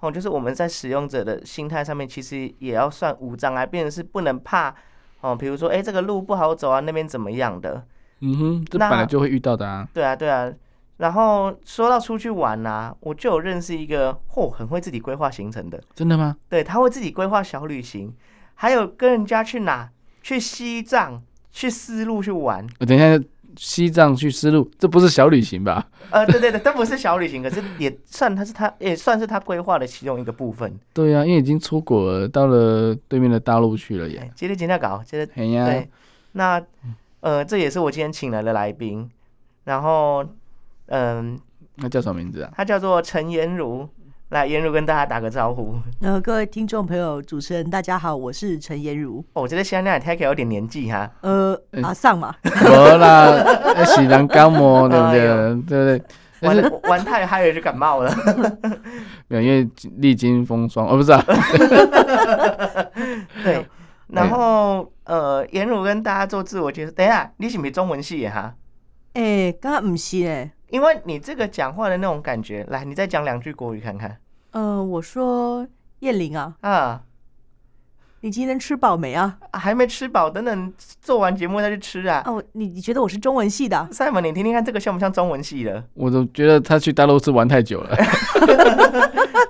A: 哦，就是我们在使用者的心态上面，其实也要算无障碍，变成是不能怕哦，比如说，哎、这个路不好走啊，那边怎么样的？
B: 嗯哼，这
A: 那
B: 本来就会遇到的啊。
A: 对啊，对啊。然后说到出去玩啊，我就有认识一个，嚯、很会自己规划行程的，
B: 真的吗？
A: 对，他会自己规划小旅行，还有跟人家去哪，去西藏，去丝路去玩。
B: 我等一下西藏去丝路，这不是小旅行吧？
A: 呃，对对对，但不是小旅行，可是也算他是他也算是他规划的其中一个部分。
B: 对呀、啊，因为已经出国了，到了对面的大陆去了耶。
A: 哎，接着接着搞，接着
B: 哎呀、
A: 对，那呃，这也是我今天请来的来宾，然后嗯、
B: 那叫什么名字啊？
A: 他叫做陈妍如，来，妍如跟大家打个招呼。
D: 呃，各位听众朋友，主持人大家好，我是陈妍如。
A: 哦，我觉得现在 t a k 有点年纪哈，
D: 呃，
B: 哎
D: 阿丧嘛，
B: 我啦， 喜兰高模，对不对？
A: 哎呦
B: 对不对？但
A: 玩
B: 是
A: 玩太嗨了就感冒了。
B: 没有，因为历经风霜，哦，不是啊，
A: 对，然后呃，妍如跟大家做自我介绍。等一下，你是不是中文系的哈？
D: 哎、刚刚唔是哎、
A: 因为你这个讲话的那种感觉，来，你再讲两句国语看看
D: 呃，我说燕玲啊，
A: 啊。
D: 你今天吃饱没啊？
A: 啊还没吃饱，等等做完节目再去吃啊。
D: 啊，我你你觉得我是中文 系的啊、
A: 赛门，你听听看这个像不像中文系的？
B: 我都觉得他去大陆是玩太久 了。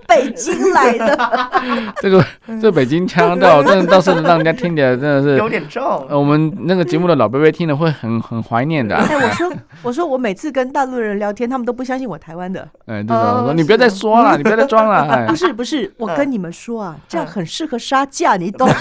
D: 北京来
B: 啊
D: 的，
B: 这个这北京 腔调，真的到时候让人家听起来真的是
A: 有点重。
B: 呃，我们那个节目的老贝贝听了会很 很怀念的、啊。
D: 哎，我说我说我每次跟大陆人聊天，他们都不相信我台 湾的，
B: 哎，对的，我
A: 哦
B: 说你不要再说了，你不要再装了。哎
D: 不，是不是，我跟你们说
B: 嗯
D: 啊，这样很适合杀价，你 懂吗？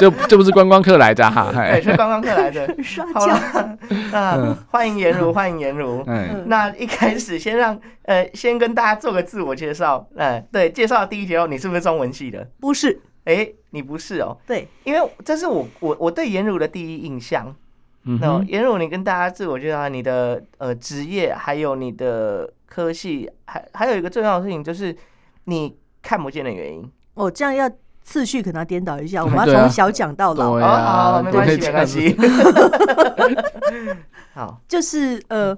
B: 这这不是观光客来的 哈、
A: 对，
B: 哎，
A: 是观光客来的。
D: 杀
A: 好了
D: 价，，
A: 啊，欢迎颜如，欢迎颜如。
B: 哎，
D: 嗯
A: 那一开始先让呃，先跟大家做个自我介绍。呃，对，介绍的第一节哦，你是不是中文系的？
D: 不是，
A: 诶，你不是哦，
D: 对，
A: 因为这是我我我对颜如的第一印象。
B: 嗯
A: 那
B: 哼，
A: 颜如，你跟大家自我介绍下你的呃职业，还有你的科系，还还有一个重要的事情就是你看不见的原因。
D: 我哦这样要次序可能要颠倒一下，我们要
B: 对啊
D: 从小讲到老。
B: 对
A: 哦，好，
B: 啊，
A: 没
B: 对
A: 关系，
B: 这
A: 没
B: 样
A: 关系。
B: 子。
A: 好，
D: 就是呃，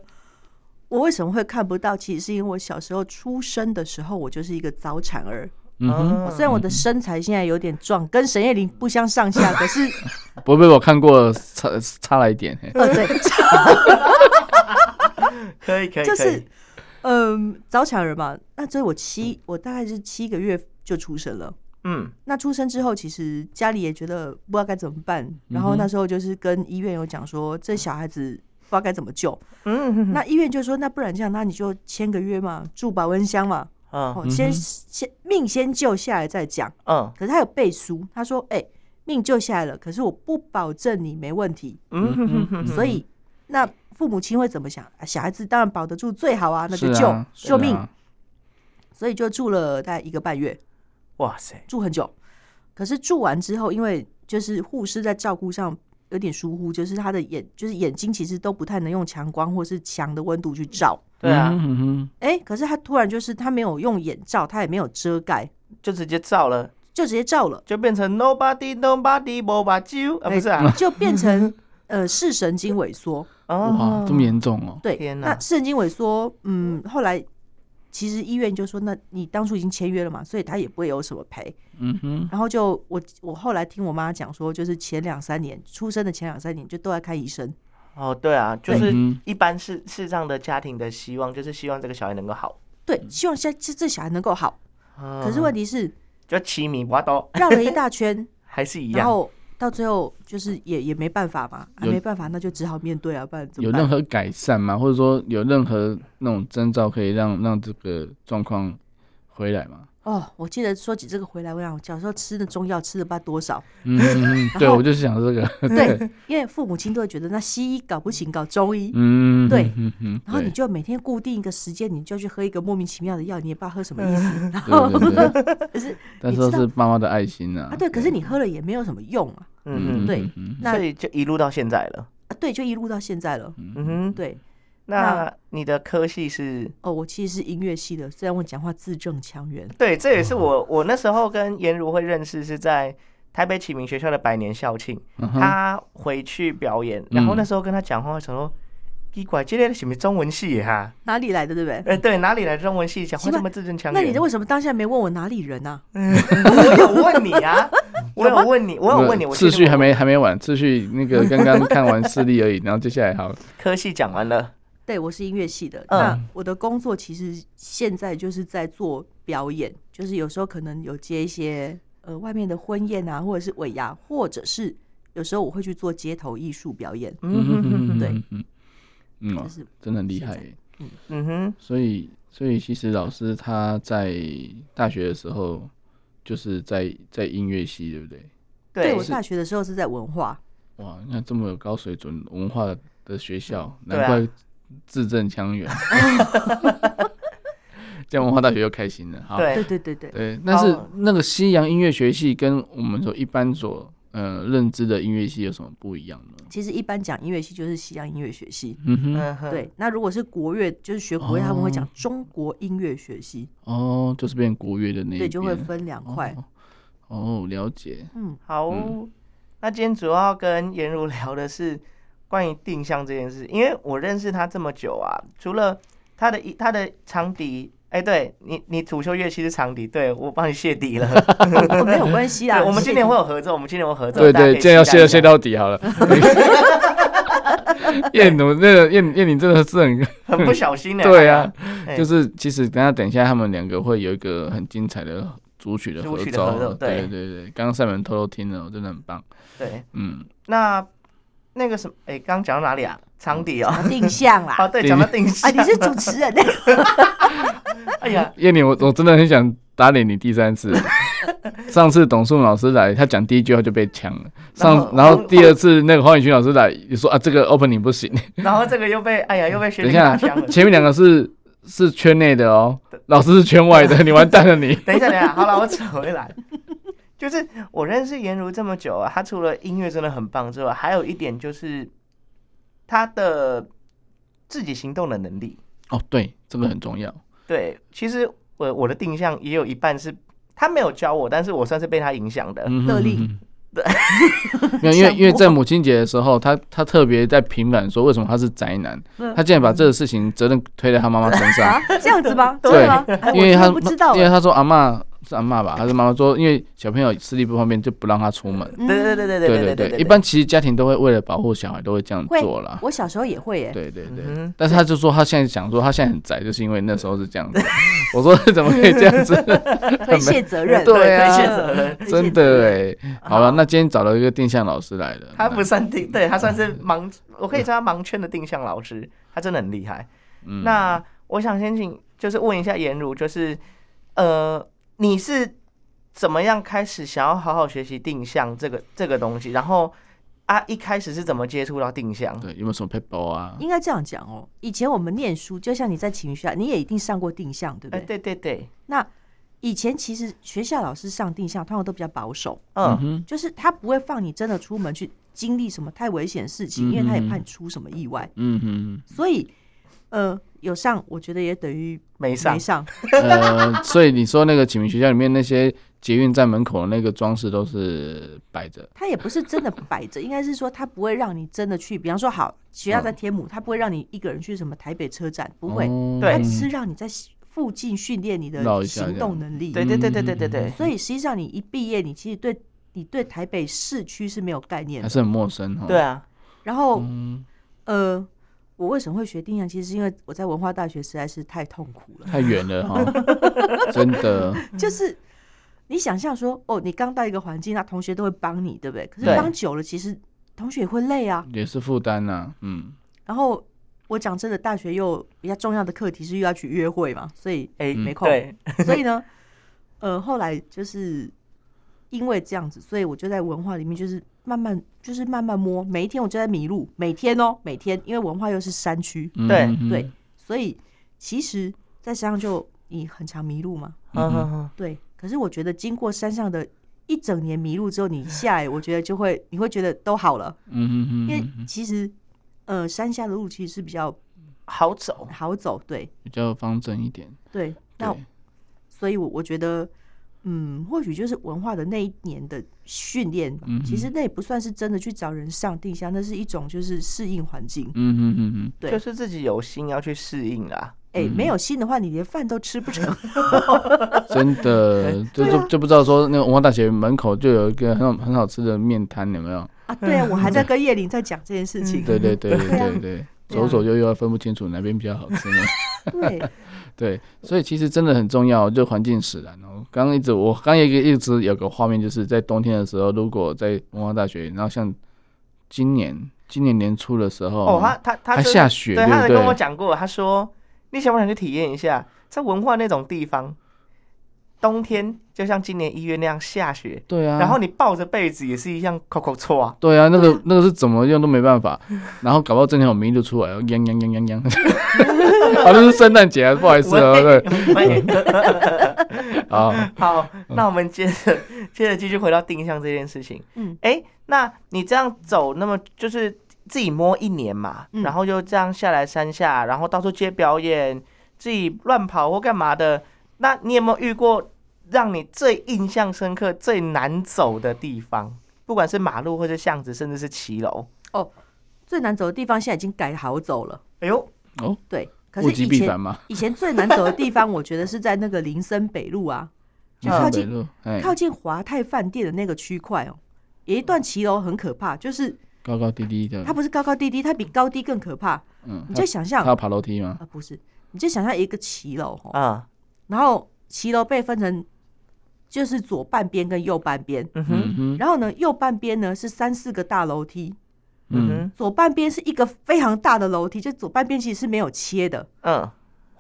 D: 我为什么会看不到？其实是因为我小时候出生的时候，我就是一个早产儿。
B: 嗯哼，
D: 虽然我的身材现在有点壮，跟沈夜玲不相上下，可是
B: 不被我看过，差差了一点。哎嘿
D: 呃对，
A: 可以可以，
D: 就
A: 可以
D: 是嗯早产儿嘛，那所以我七我大概是七个月就出生了。
A: 嗯
D: 那出生之后，其实家里也觉得不知道该怎么办，然后那时候就是跟医院有讲说，这小孩子不知道该怎么救。
A: 嗯
D: 那医院就说，那不然这样，那你就签个约嘛，住保温箱嘛，
A: 嗯
D: 哦，先
B: 嗯哼
D: 先命先救下来再讲。
A: 嗯
D: 可是他有背书，他说，哎、命救下来了，可是我不保证你没问题，
A: 嗯哼哼，
D: 所以那父母亲会怎么想？啊小孩子当然保得住最好啊，那
B: 是
D: 就
B: 啊
D: 救、
B: 是
D: 救命。
B: 啊
D: 所以就住了大概一个半月，
A: 哇塞，
D: 住很久。可是住完之后，因为就是护士在照顾上有点疏忽，就是他的眼就是眼睛其实都不太能用强光或是强的温度去照。
A: 对
B: 嗯
A: 啊，
B: 哼嗯哼
D: 哎、可是他突然就是他没有用眼罩，他也没有遮盖，
A: 就直接照了，
D: 就直接照了，
A: 就变成 nobody nobody 无把酒啊，不是
B: 哎
A: 啊，
D: 就变成呃视神经萎缩。
A: 哦
B: 哇，这么严重哦。
D: 对，
A: 天哪
D: 那视神经萎缩，嗯，后来其实医院就说，那你当初已经签约了嘛，所以他也不会有什么赔。
B: 嗯哼，
D: 然后就我我后来听我妈讲说，就是前两三年出生的前两三年就都在看医生，
A: 哦，对啊，就是
B: 嗯哼
A: 一般是是这样的家庭的希望，就是希望这个小孩能够好。嗯
D: 对，
B: 嗯
D: 希望现在这这小孩能够好。
A: 可
D: 可是问题是
A: 就奇米挖刀
D: 绕了一 大圈，
A: 还是一
D: 然
A: 样，
D: 后到最后就是也也没办法嘛，啊
B: 有
D: 没办法，那就只好面对啊，不然怎
B: 有
D: 么
B: 任
D: 办？
B: 何改善吗？或者说有任何那种征兆可以让让这个状况回来吗？
D: 哦，我记得说起这个回来，我想小时候吃的中药吃了不知道多少，
B: 嗯 哼嗯哼，对我就是想这个。
D: 对，因为父母亲都会觉得那西医搞不行，搞中医。
B: 嗯，
D: 对
B: 嗯哼，
D: 然后你
B: 对
D: 就每天固定一个时间，你就去喝一个莫名其妙的药，你也不知道喝什么意思。然后
B: 嗯对对对，
D: 可是
B: 但
D: 你
B: 是都
D: 知道
B: 是妈妈的爱心啊。
D: 啊，对，可是你喝了也没有什么用啊。
A: 嗯
B: 嗯，
D: 对
B: 嗯嗯
D: 那
A: 所以就一路到现在了。
D: 啊，对，就一路到现在了。
A: 嗯哼，
D: 对，
A: 那你的科系是？
D: 哦，我其实是音乐系的，虽然我讲话字正腔圆。
A: 对，这也是我我那时候跟颜如会认识是在台北启明学校的百年校庆，
B: 嗯哼嗯
A: 他回去表演，然后那时候跟他讲话，想说。奇怪，今天什么中文系哈、啊？
D: 哪里来的，对不对？
A: 呃，对，哪里来的中文系？讲话这么字正腔
D: 嗯那
A: 圆？嗯
D: 你为什么当下没问我哪里人啊？
A: 我有问你啊， 我有问你，我有问你，我记
B: 次
A: 得
B: 序还
A: 我
B: 没还没完，次序那个刚刚看完视力而已，然后接下来好，
A: 科系讲完了，
D: 对，我是音乐系的。
A: 嗯
D: 那我的工作其实现在就是在做表演，就是有时候可能有接一些呃外面的婚宴啊，或者是尾牙，或者是有时候我会去做街头艺术表演，
B: 嗯哼
A: 嗯
B: 嗯
A: 哼
B: 哼，
D: 对
B: 嗯哼，嗯，哇
D: 就是
B: 真的很厉害
D: 现在
B: 耶。
A: 嗯哼，
B: 所以，所以其实老师他在大学的时候，就是在在音乐系，对不对？
D: 对
A: 对
D: 我，大学的时候是在文化，
B: 哇，你看这么有高水准文化的学校，
A: 对啊
B: 难怪字正腔 圆。这样文化大学又开心了，好，
D: 对
A: 对，
D: 对对对，
B: 对，但是
A: 好
B: 那个西洋音乐学系跟我们所一般所呃认知的音乐系有什么不一样呢？
D: 其实一般讲音乐系就是西洋音乐学系，
B: 嗯哼，
A: 嗯哼，
D: 对。那如果是国乐，就是学国乐，他们会讲
B: 哦
D: 中国音乐学系，
B: 哦，就是变国乐的那一
D: 对，就会
B: 边
D: 分两块。
B: 哦，哦了解，
D: 嗯，
A: 好哦、那今天主要跟颜如聊的是关于定向这件事，因为我认识他这么久啊，除了他的一他的长笛，哎、对你你主修乐器是长笛，对我帮你谢笛 了。
D: 哦没有关系啦。
A: 对，我们今
D: 谢
A: 年
D: 谢
A: 会有合作，我们今年会有合作，
B: 对
A: 大家可
B: 对，
A: 以
B: 今天要
A: 期待
B: 歇
A: 一
B: 了
A: 下
B: 歇到底好了。燕奴那个燕燕宁真的是很
A: 很不小心的、
B: 对啊，
A: 哎
B: 就是其实等一下等一下他们两个会有一个很精彩的组曲的
A: 组
B: 合
A: 曲的合
B: 奏哦
A: 奏，对
B: 对对对，刚刚赛门偷偷听了，真的很棒，
A: 对，
B: 嗯，
A: 那那个什么，哎、刚刚讲到哪里啊？长笛哦，
D: 定向啦
A: 啊，。对，
B: 定
A: 讲到定向，
D: 啊，你是主持人，
A: 哎呀，
B: 燕宁我我真的很想打脸你第三 次。上次董树老师来，他讲第一句话就被呛了。上，
A: 然
B: 然
A: 后
B: 后第二次那个黄宇群老师来，也说啊，这个 opening 不行。
A: 然后这个又被，哎呀，又被学
B: 等一
A: 弟
B: 下
A: 打枪了，。
B: 前面两个是是圈内的哦，老师是圈 外的，你完蛋了你。
A: 等一下，等一下，好了，我扯回来。 就是我认识颜如这么久啊，她除了音乐真的很棒之外，还有一点就是她的自己行动的能力。
B: 哦，对，这个很重要。
A: 对，其实我我的定向也有一半是她没有教我，但是我算是被她影响的。
B: 嗯
D: 勒令
B: 嗯嗯没有，因为因为在母亲节的时候，他他特别在平反说为什么他是宅男，他竟然把这个事情责任推在他妈妈身上。
D: 啊，这样子吗？
B: 对
D: 真的吗？哎，我
B: 因为
D: 真
B: 他
D: 的不知道
B: 因为他说阿嬷是阿嬷吧，还是妈妈说，因为小朋友视力不方便，就不让他出门。
D: 嗯
A: 对对对对
B: 对
A: 对对
B: 对，一般其实家庭都会为了保护小孩，都会这样
D: 会
B: 做啦。
D: 我小时候也会欸耶，
B: 对对对，
A: 嗯哼
B: 但是他就说他现在想说他现在很宅，就是因为那时候是这样子。我说 怎么可以这样子？
D: 推卸责 任，
B: 对
A: 对，
B: 啊
A: 推卸责 任。
D: 推卸
B: 真
D: 责
B: 的
D: 任
B: 哎，好了，那今天找到一个定向老师来了，
A: 他不
B: 那
A: 算定，对他算是盲，我可以叫他盲圈的定向老师，他真的很厉害。
B: 嗯
A: 那我想先请，就是问一下颜如，就是呃，你是怎么样开始想要好好学习定向这个这个东西？然后啊，一开始是怎么接触到定向？
B: 对有没有什么 paper 啊？
D: 哦应该这样讲哦。以前我们念书，就像你在情绪啊，你也一定上过定向，对不
A: 哎、
D: 对？
A: 对对对，
D: 那以前其实学校老师上定向，通常都比较保守，
B: 嗯
A: 嗯，
B: 哼，
D: 就是他不会放你真的出门去经历什么太危险的事
B: 嗯
D: 情，因为他也
B: 嗯
D: 怕你出什么意外。
B: 嗯哼，
D: 所以，呃，有上我觉得也等于
A: 没啊上
D: 没，上，
B: 呃，所以你说那个启明学校里面那些捷运站门口的那个装饰都是摆着，
D: 他也不是真的摆着，应该是说他不会让你真的去，比方说好学校在天母，他不会让你一个人去什么台北车站，不会，
B: 嗯哦
A: 对
D: 他只是让你在附近训练你
B: 绕
D: 的
B: 一下
D: 行动能力。
A: 对对对对对对对，
D: 所以实际上你一毕业，你其实对你对台北市区是没有概念
B: 还
D: 的。
B: 是很陌生哈。
A: 对，啊，
D: 然后
B: 嗯，
D: 呃，我为什么会学定向？其实是因为我在文化大学实在是太痛苦了，
B: 太远了 哈，真的，
D: 就是。你想象说，哦，你刚到一个环境，那同学都会帮你，对不对？可是
A: 对
D: 帮久了，其实同学也会累啊。
B: 也是负担呐，嗯，
D: 然后我讲真的，大学又比较重要的课题是又要去约会嘛，所以
A: 哎、
D: 没空。
A: 对，
D: 所以呢，呃，后来就是因为这样子，所以我就在文化里面就是慢慢就是慢慢摸，每一天我就在迷路，每天哦，每天，因为文化又是山区，
B: 嗯
A: 对
B: 哼哼
D: 对，所以其实在山上就你很常迷路嘛，
A: 嗯嗯嗯，
D: 对。可是我觉得经过山上的一整年迷路之后，你下来，我觉得就会你会觉得都好了，
B: 嗯哼哼，
D: 因为
B: 嗯哼
D: 其实呃山下的路其实是比较
A: 好走，
D: 好走，对
B: 比较方正一点。
D: 对。那
B: 对，
D: 所以我，我觉得，嗯，或许就是文化的那一年的训练吧。
B: 嗯哼
D: 其实那也不算是真的去找人上定向，那是一种就是适应环境。
B: 嗯哼哼哼，
D: 对
A: 就是自己有心要去适应啦。
D: 哎、
B: 嗯
D: 没有心的话，你连饭都吃 不成。
B: 真 的，就
D: 对啊
B: 就就不知道说那个文化大学门口就有一个很好很好吃的面摊，有没有？
D: 啊，对啊，我还在跟叶玲在讲这件事 情。
B: 嗯对对对对
D: 对啊
B: 对对，左左右右分不清楚哪边比较好吃 呢。
D: 对，
B: 对，所以其实真的很重要，就环境使然哦。刚刚一直我刚刚有一个一直有个画面，就是在冬天的时候，如果在文化大学，然后像今年今年年初的时候，
A: 哦，他他他
B: 还
A: 就是
B: 下雪
A: 对，
B: 对
A: 他
B: 不
A: 有
B: 对
A: 跟我讲过，他说你想不想去体验一下，在文化那种地方，冬天就像今年一月那样下雪，
B: 对啊，
A: 然后你抱着被子也是一样扣扣搓 啊，
B: 对啊，那个那个是怎么用都没 办法，然后搞到真的有迷路出来，哦泱泱泱泱 泱，好哦像是圣诞节啊，不好意思啊，对，
A: 喂
B: 啊，
A: 好，那我们接着接着继续回到定向这件事情。
D: 嗯，
A: 哎、那你这样走，那么就是自己摸一年嘛，
D: 嗯
A: 然后就这样下来山下，然后到处接表演，自己乱跑或干嘛的。那你有没有遇过让你最印象深刻、最难走的地方？不管是马路或是巷子，甚至是骑楼。
D: 最难走的地方现在已经改好走了。
A: 哎呦，
B: 哦，
D: 对，可
B: 物
D: 是
B: 极
D: 以
B: 必反
D: 前
B: 嘛，
D: 以前最难走的地方，我觉得是在那个林森北 路啊，
B: 就
A: 靠
B: 是北
D: 近
B: 路，哎，
D: 靠近华泰饭店的那个区块哦，有一段骑楼很可
B: 嗯
D: 怕，就是
B: 高高低低的
D: 它，不是高高低低，它比高低更可怕。
B: 嗯，
D: 你
B: 他
D: 就想象
B: 他要爬楼梯吗？
D: 啊，不是，你就想象一个骑楼吼，
A: 啊，
D: 然后骑楼被分成就是左半边跟右半边，
A: 嗯哼，
B: 嗯哼，
D: 然后呢，右半边呢是三四个大楼梯，
A: 嗯
B: 嗯，
A: 哼，
D: 左半边是一个非常大的楼梯，就左半边其实是没有切的。
A: 嗯，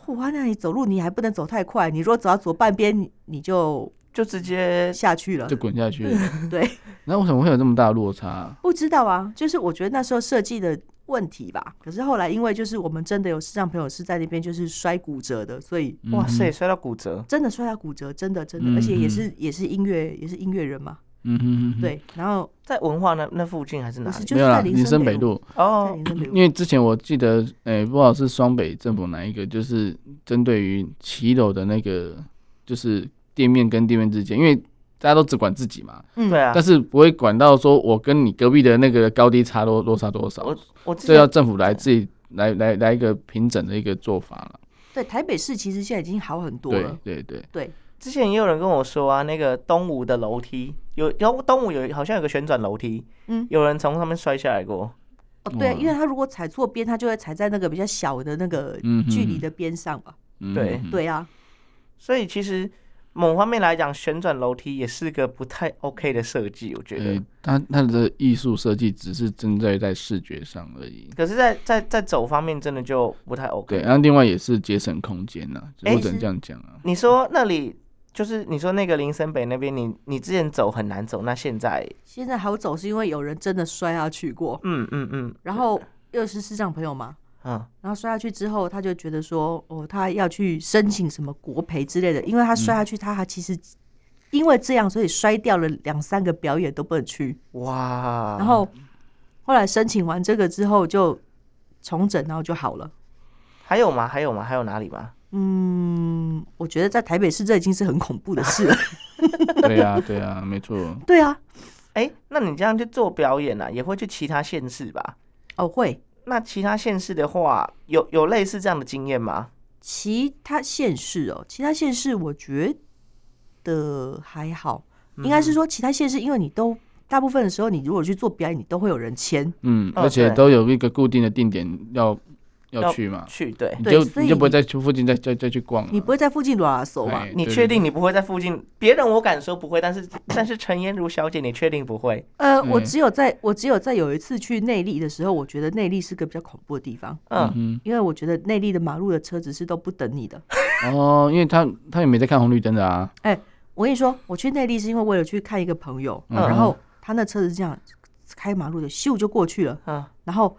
D: 哇，那你走路你还不能走太快，你如果走到左半边，你你就
A: 就直接
D: 下去了
B: 就。滚下去了，
D: 对，
B: 那为什么会有这么大的落差啊？
D: 不知道啊，就是我觉得那时候设计的问题吧。可是后来因为就是我们真的有视障朋友是在那边就是摔骨折的，所以
A: 哇
B: 嗯
A: 塞，摔到骨折。
D: 真的摔到骨折，真的真
B: 嗯
D: 的，而且也是也是音乐也是音乐人嘛，
B: 嗯哼嗯哼，
D: 对。然后
A: 在文化那那附近还是哪
D: 不是
A: 里？
D: 就
B: 没
D: 是
B: 有啦，
D: 在
B: 林森
D: 森
B: 北
D: 路，
B: 路，
D: 在
A: 哦，
D: 林森北
B: 因
D: 路，
B: 为之前我记得，哎、不知道是双北政府哪一个，就是针对于骑楼的那个，就是店面跟店面之间，因为大家都只管自己嘛，
D: 嗯
A: 对啊
B: 但，是不会管到说我跟你隔壁的那个高低差落落差多少
A: 我，我之
B: 这要
A: 前
B: 政府来自己来来来一个平整的一个做法了。
D: 对台北市其实现在已经好很多
B: 对
D: 了，
B: 对对，
D: 对。
A: 之前也有人跟我说啊，那个东吴的楼梯有，然后东吴有好像有个旋转楼梯，
D: 嗯
A: 有人从上面摔下来过。
D: 哦，对啊，
B: 哇
D: 因为他如果踩错边，他就会踩在那个比较小的那个
B: 嗯哼
D: 距离的边上嘛。
B: 嗯
A: 对
B: 嗯
D: 对啊，
A: 所以其实某方面来讲，旋转楼梯也是个不太 OK 的设计，我觉得。
B: 呃，它它的艺术设计只是针对在视觉上而已。
A: 可是在，在在走方面，真的就不太 OK。
B: 对，然后另外也是节省空间呐、
A: 哎
B: 我只能这样讲 啊。
A: 你说那里就是你说那个林森北那边，你你之前走很难走，那现在，
D: 现在好走是因为有人真的摔下去过，
A: 嗯嗯嗯
D: 然后又是视障朋友嘛，
A: 嗯，
D: 然后摔下去之后，他就觉得说，哦，他要去申请什么国赔之类的，因为他摔下去，他还其实因为这样，所以摔掉了两三个表演都不能去。
A: 哇，
D: 然后后来申请完这个之后就重整，然后就好了。
A: 还有吗？还有吗？还有哪里吗？
D: 嗯，我觉得在台北市这已经是很恐怖的事了。
B: 对啊，对啊，没错。
D: 对啊，
A: 哎、那你这样去做表演啊，也会去其他县市吧？
D: 哦会，
A: 那其他县市的话，有有类似这样的经验吗？
D: 其他县市哦，其他县市我觉得还好，应该是说其他县市，因为你都大部分的时候，你如果去做表演，你都会有人签。
B: 嗯，
A: 哦
B: 而且
A: 对
B: 都有一个固定的定点要要去嘛，
A: 去对，
B: 你
D: 对
B: 就
D: 所以
B: 你就不会
D: 你
B: 再去附近再再再去逛了。
D: 你不会在附近乱走啊嘛？
B: 哎
A: 你
B: 对
A: 确
B: 对
A: 定你不会在附近？别人我敢说不会，但是但是陈妍如小姐，你确定不会？
D: 呃，我
B: 对
D: 只有在我只有在有一次去内力的时候，我觉得内力是个比较恐怖的地方，
A: 嗯，
B: 嗯
D: 因为我觉得内力的马路的车子是都不等你的。
B: 哼，哦，因为他他也没在看红绿灯的啊。
D: 哎、我跟你说，我去内地是因为为了去看一个朋友，
B: 嗯
D: 然后他那车子这样开马路的，咻就过去了。
A: 嗯
D: 然后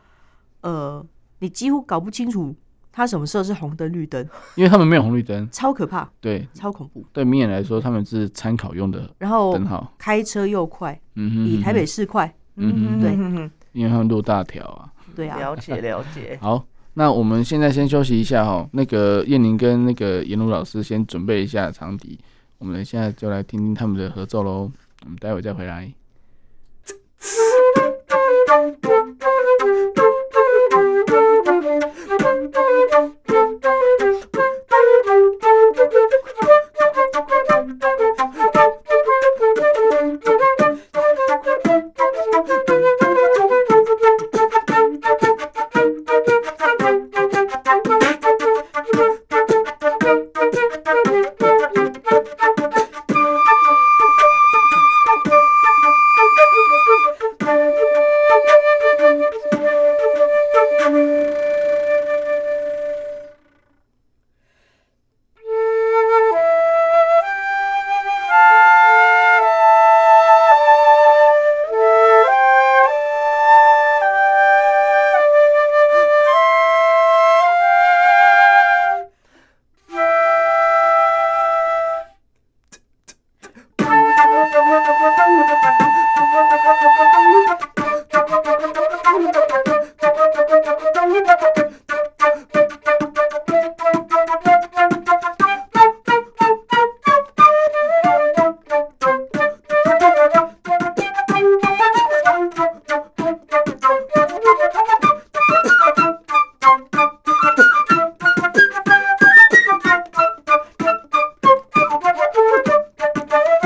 D: 呃，你几乎搞不清楚他什么时候是红灯绿灯，
B: 因为他们没有红绿灯，
D: 超可怕，
B: 对
D: 超恐怖。
B: 对，明眼来说他们是参考用的
D: 然后
B: 灯号，
D: 开车又快，
B: 嗯哼，
D: 比哦台北
B: 嗯
D: 市快。
B: 嗯
D: 对
A: 嗯
B: 哼，因为他们路大条啊。
D: 对啊，
A: 了 解了解。
B: 好，那我们现在先休息一下哈，那个燕宁跟那个颜如老师先准备一下长笛，我们现在就来听听他们的合奏喽，我们待会再回来。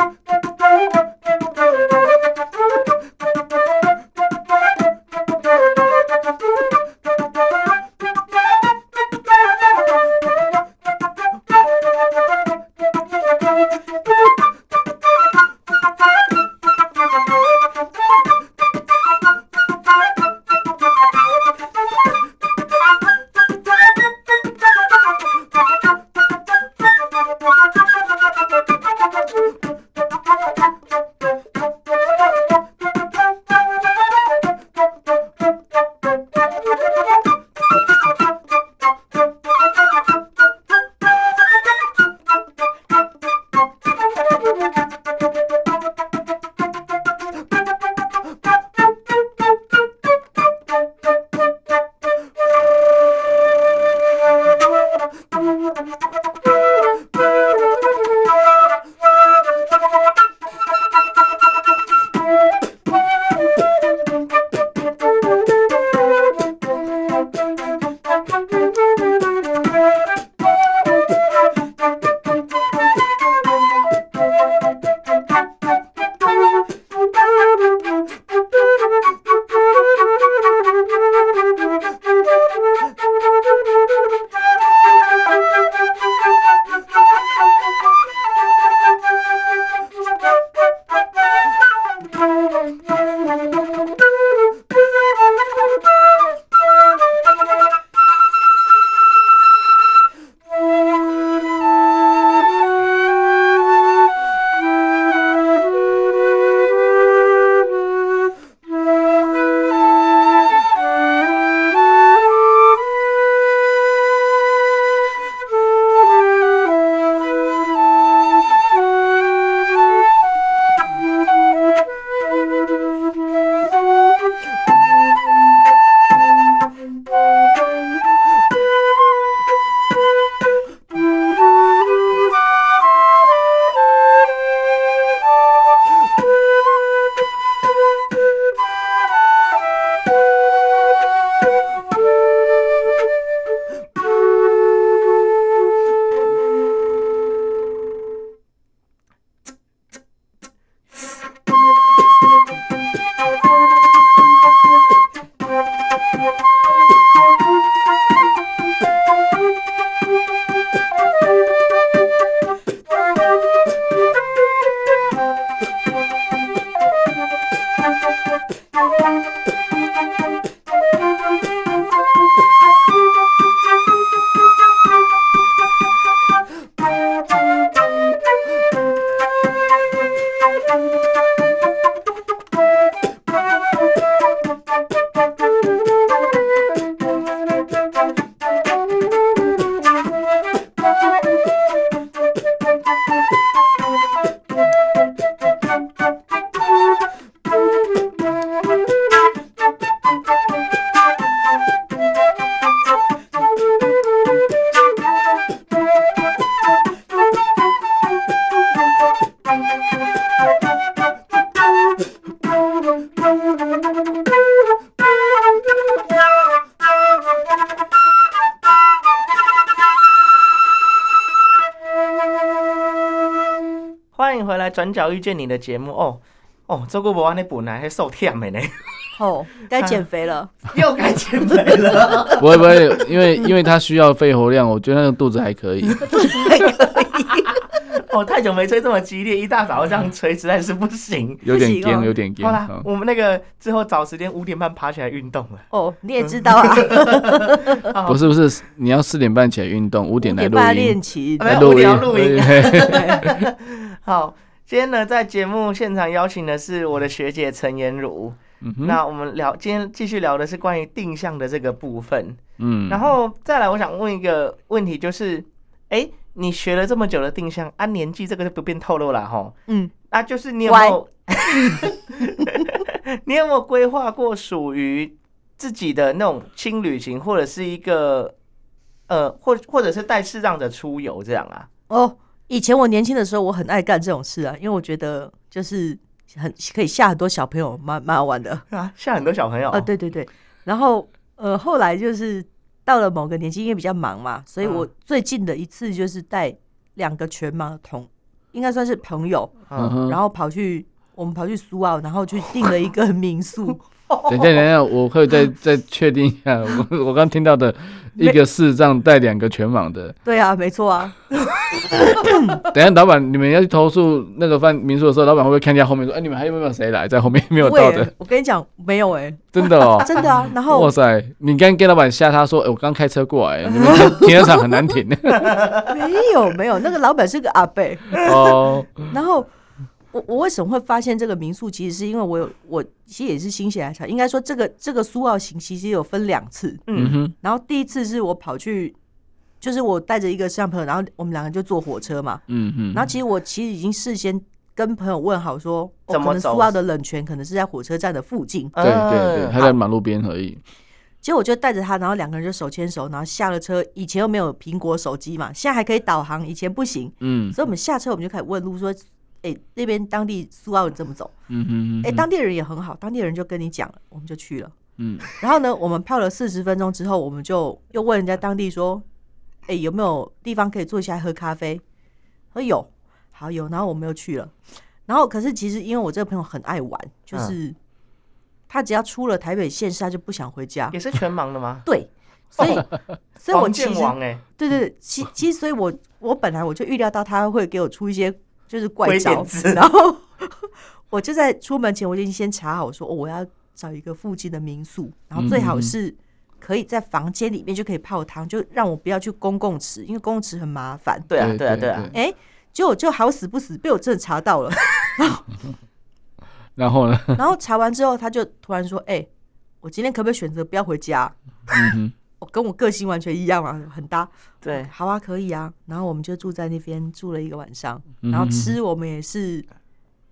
E: Thank you. 欢迎回来，《转角遇见你》的节目哦哦，周国博安那本来还受忝的呢，
D: 哦，该减肥了。
E: 又该减肥 了。
B: 不会不会，因为因为它需要肺活量，我觉得那个肚子还可以。
E: 哦，太久没吹这么激烈，一大早这样吹实在是 不行。
B: 有点
D: 不行哦
B: 干，有点
E: 好
B: 干。
E: 啦
B: 好，
E: 我们那个之后找时间五点半爬起来运动了。
D: 哦，你也知道啊，
E: 好
B: 不是不是，你要四点半起来运动， 五点
D: 五
B: 来
D: 点
B: 录
D: 半
B: 音
D: 练，琴
E: 啊，没有
B: 来
E: 五
B: 录
E: 点要
B: 音，
E: 录音
B: 对
E: 好，今天呢，在节目现场邀请的是我的学姐陈妍如。
B: 嗯哼，
E: 那我们聊，今天继续聊的是关于定向的这个部分。
B: 嗯，
E: 然后再来，我想问一个问题，就是，哎、你学了这么久的定向，按、年纪这个就不便透露了哈。
D: 嗯，
E: 那就是你有没有， 你有没有规划过属于自己的那种轻旅行，或者是一个，呃，或或者是带视障者出游这样啊？
D: 哦，以前我年轻的时候，我很爱干这种事啊，因为我觉得就是很可以吓很多小朋友，蛮蛮好玩的。
E: 啊，吓很多小
B: 哦
E: 朋友。
D: 啊，对对对。然后呃，后来就是到了某个年纪，因为比较忙嘛，所以我
E: 嗯
D: 最近的一次就是带两个全盲的同，应该算是朋友，
B: 嗯哼，
D: 然后跑去我们跑去苏澳，然后去订了一个 民宿。
E: 哦
B: 等一下，等一下，我会再再确定一下。我 我刚听到的一个视障带两个全盲的，
D: 对啊，没错啊，
B: 等一下老板，你们要去投诉那个饭民宿的时候，老板会不会看一下后面说，哎，你们还有没有谁来？在后面没有
D: 我
B: 到
D: 也
B: 的，
D: 我跟你讲，没有哎、
B: 真的哦。
D: 真的啊。然后
B: 哇塞！你刚跟老板吓他说：“哎、我刚开车过来，你们停停车场很难 停
D: 没有没有，那个老板是个阿贝。
B: 哦。
D: 然后我我为什么会发现这个民宿，其实是因为我有我其实也是心血来潮，应该说这个这个苏澳行其实有分两次，”
B: 嗯
E: 嗯，
B: 哼，
D: 然后第一次是我跑去，就是我带着一个摄像朋友，然后我们两个就坐火车嘛。
B: 嗯哼，
D: 然后其实我其实已经事先跟朋友问好说，哦、
E: 怎么
D: 可能
E: 走
D: 苏澳的冷泉可能是在火车站的附近。
B: 对对
D: 呃啊
B: 对，
E: 嗯
B: 他在马路边而已。
D: 结果我就带着他，然后两个人就手牵手，然后下了车。以前又没有苹果手机嘛，现在还可以导航，以前不行。
B: 嗯
D: 所以我们下车我们就开始问路，说：“哎、那边当地苏澳人怎么走？”
B: 嗯哼，
D: 哎、当地人也很好，当地人就跟你讲了，我们就去了。
B: 嗯
D: 然后呢，我们泡了四十分钟之后，我们就又问人家当地说：“哎、有没有地方可以坐下来喝咖啡？”他说有，好有。然后我们又去了。然后可是其实因为我这个朋友很爱玩，就是、
B: 嗯
D: 他只要出了台北县市，他就不想回 家。
E: 也是全盲的 吗？
D: 对，所以所以我
E: 王
D: 其
E: 建
D: 实
E: 王哎，
D: 对对 对，其其实所以我我本来我就预料到他会给我出一些就是怪
E: 鬼
D: 招
E: 点，子
D: 然后我就在出门前我就已经先查好说、哦我要找一个附近的民宿，然后最
E: 嗯
D: 好是可以在房间里面就可以泡汤，就让我不要去公共池，因为公共池很麻烦。
E: 对啊
B: 对
E: 对啊
B: 对
E: 对啊
B: 对，
D: 哎，结果就好死不死被我真的查到 了，
B: 然 后呢？
D: 然后查完之后他就突然说：“哎，我今天可不可以选择不要回家？”
B: 嗯哼，
D: 我跟我个性完全一样嘛，很搭。
E: 对，
D: 好啊，可以啊。然后我们就住在那边住了一个晚上，
B: 嗯
D: 然后吃我们也是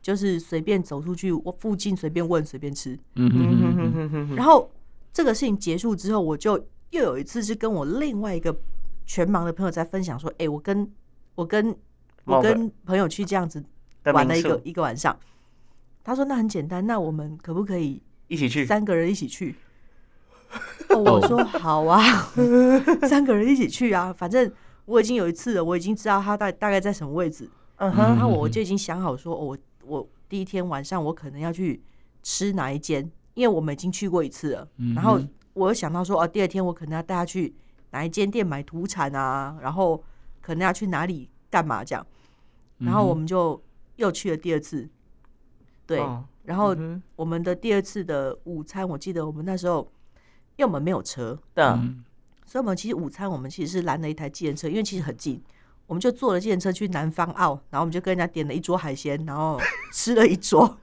D: 就是随便走出去，我附近随便问随便吃。
B: 嗯哼
E: 嗯
B: 嗯哼
E: 哼哼
B: 嗯哼，
E: 哼哼哼，
D: 然后这个事情结束之后，我就又有一次是跟我另外一个全盲的朋友在分享说，哎、我跟我跟我
A: 某个
D: 跟朋友去这样子
A: 的
D: 玩了
A: 民
D: 一个
A: 宿
D: 一个晚上。他说那很简单，那我们可不可以
A: 一起去，
D: 三个人一 起去？哦我说好啊， 三个人一起去啊，反正我已经有一次了，我已经知道他大大概在什么位置，
A: 嗯
D: 然
A: 哼，
D: 后我我就已经想好说，哦我我第一天晚上我可能要去吃哪一间，因为我们已经去过一次了。然后
B: 嗯哼
D: 我又想到说，哦，第二天我可能要带他去哪一间店买土产啊，然后可能要去哪里干嘛这样。然
A: 嗯
D: 后我们就又去了第二次，对。
A: 哦
D: 然后
A: 嗯哼
D: 我们的第二次的午餐，我记得我们那时候，因为我们没有车，
B: 嗯
A: 的
D: 嗯所以我们其实午餐我们其实是拦了一台计程车，因为其实很近，我们就坐了计程车去南方澳，然后我们就跟人家点了一桌海鲜，然后吃了一桌。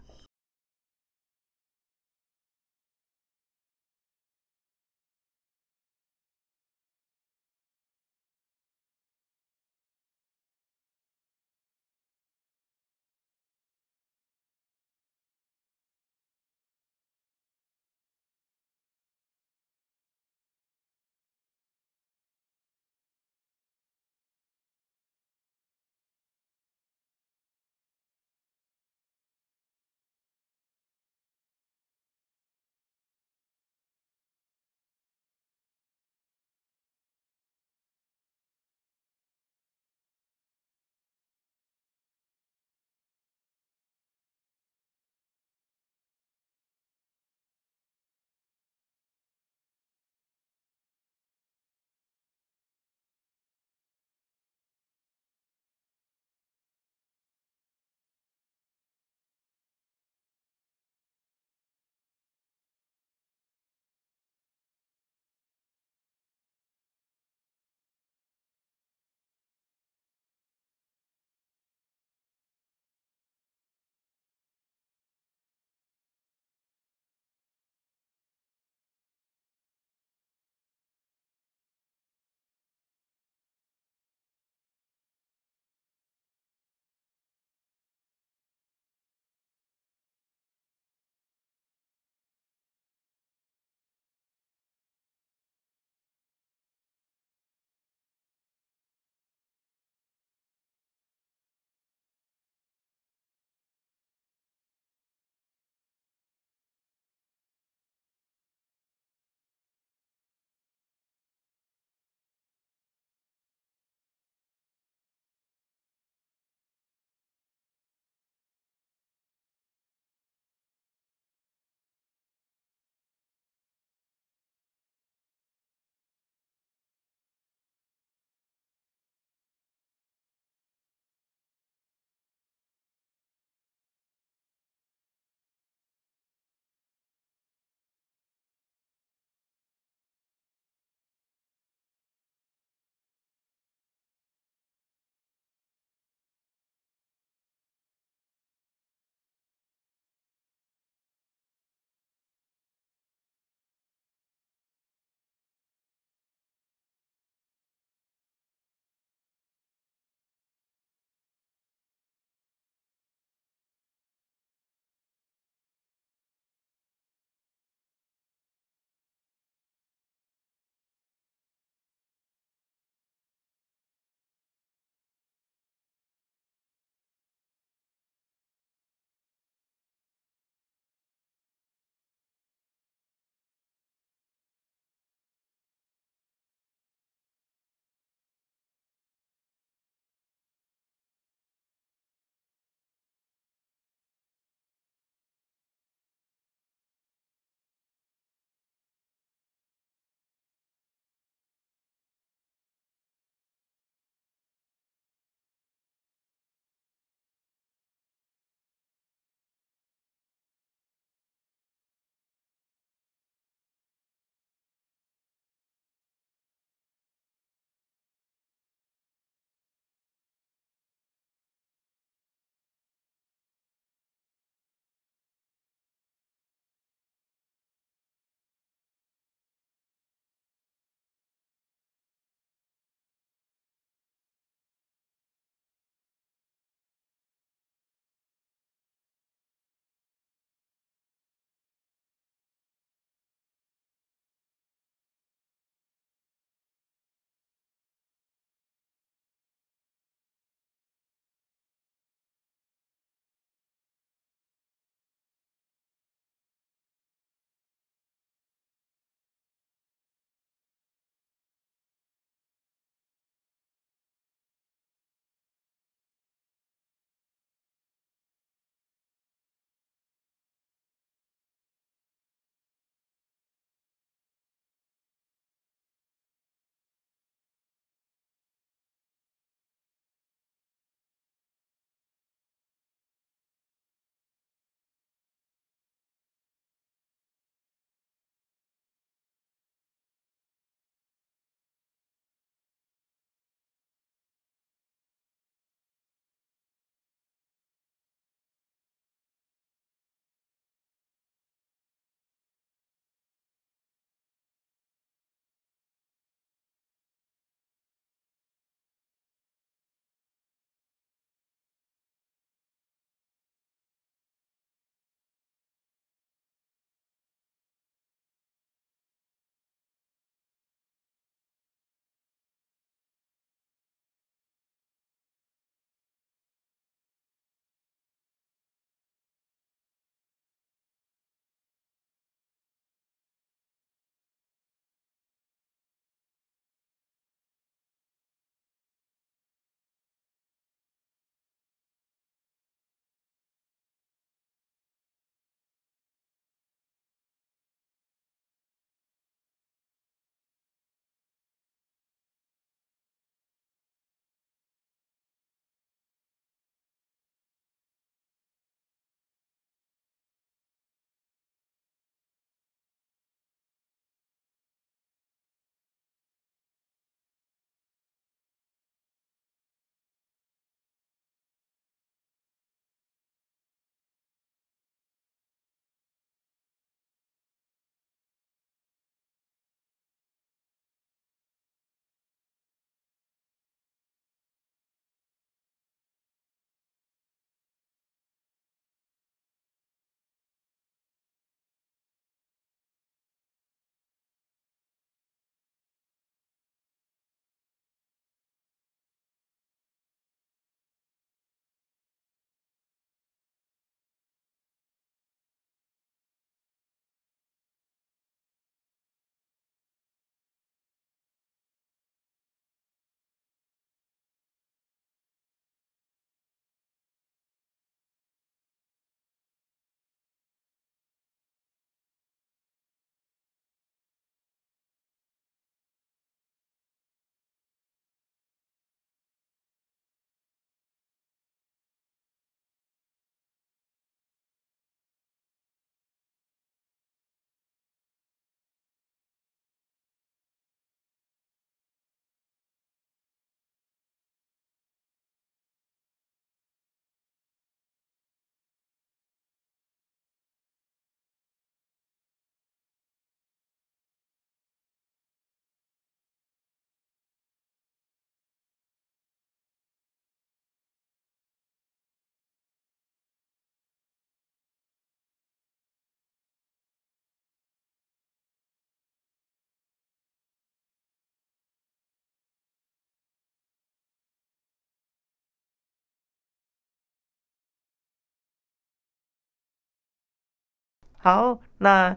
A: 好，那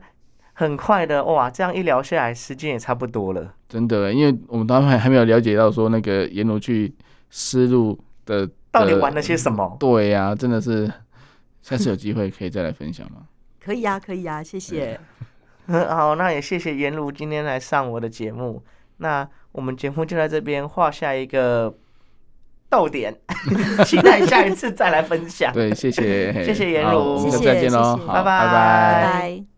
A: 很快的哇，这样一聊下来，时间也差不多了。
B: 真的，因为我们当时还还没有了解到说那个沿路去丝路的
A: 到底玩了些什么？
B: 对呀、真的是，下次有机会可以再来分享 吗？
D: 可以啊，可以啊，谢谢。
B: 嗯
A: 好，那也谢谢颜如今天来上我的节目。那我们节目就在这边画下一个逗点， 期待下一次再来分享。
B: 对，谢谢，
A: 谢谢颜
B: 好
A: 如
B: 我们下次
D: 谢谢
B: 再见喽，
D: 谢谢
B: 好
A: 拜拜
B: 拜
D: 拜拜。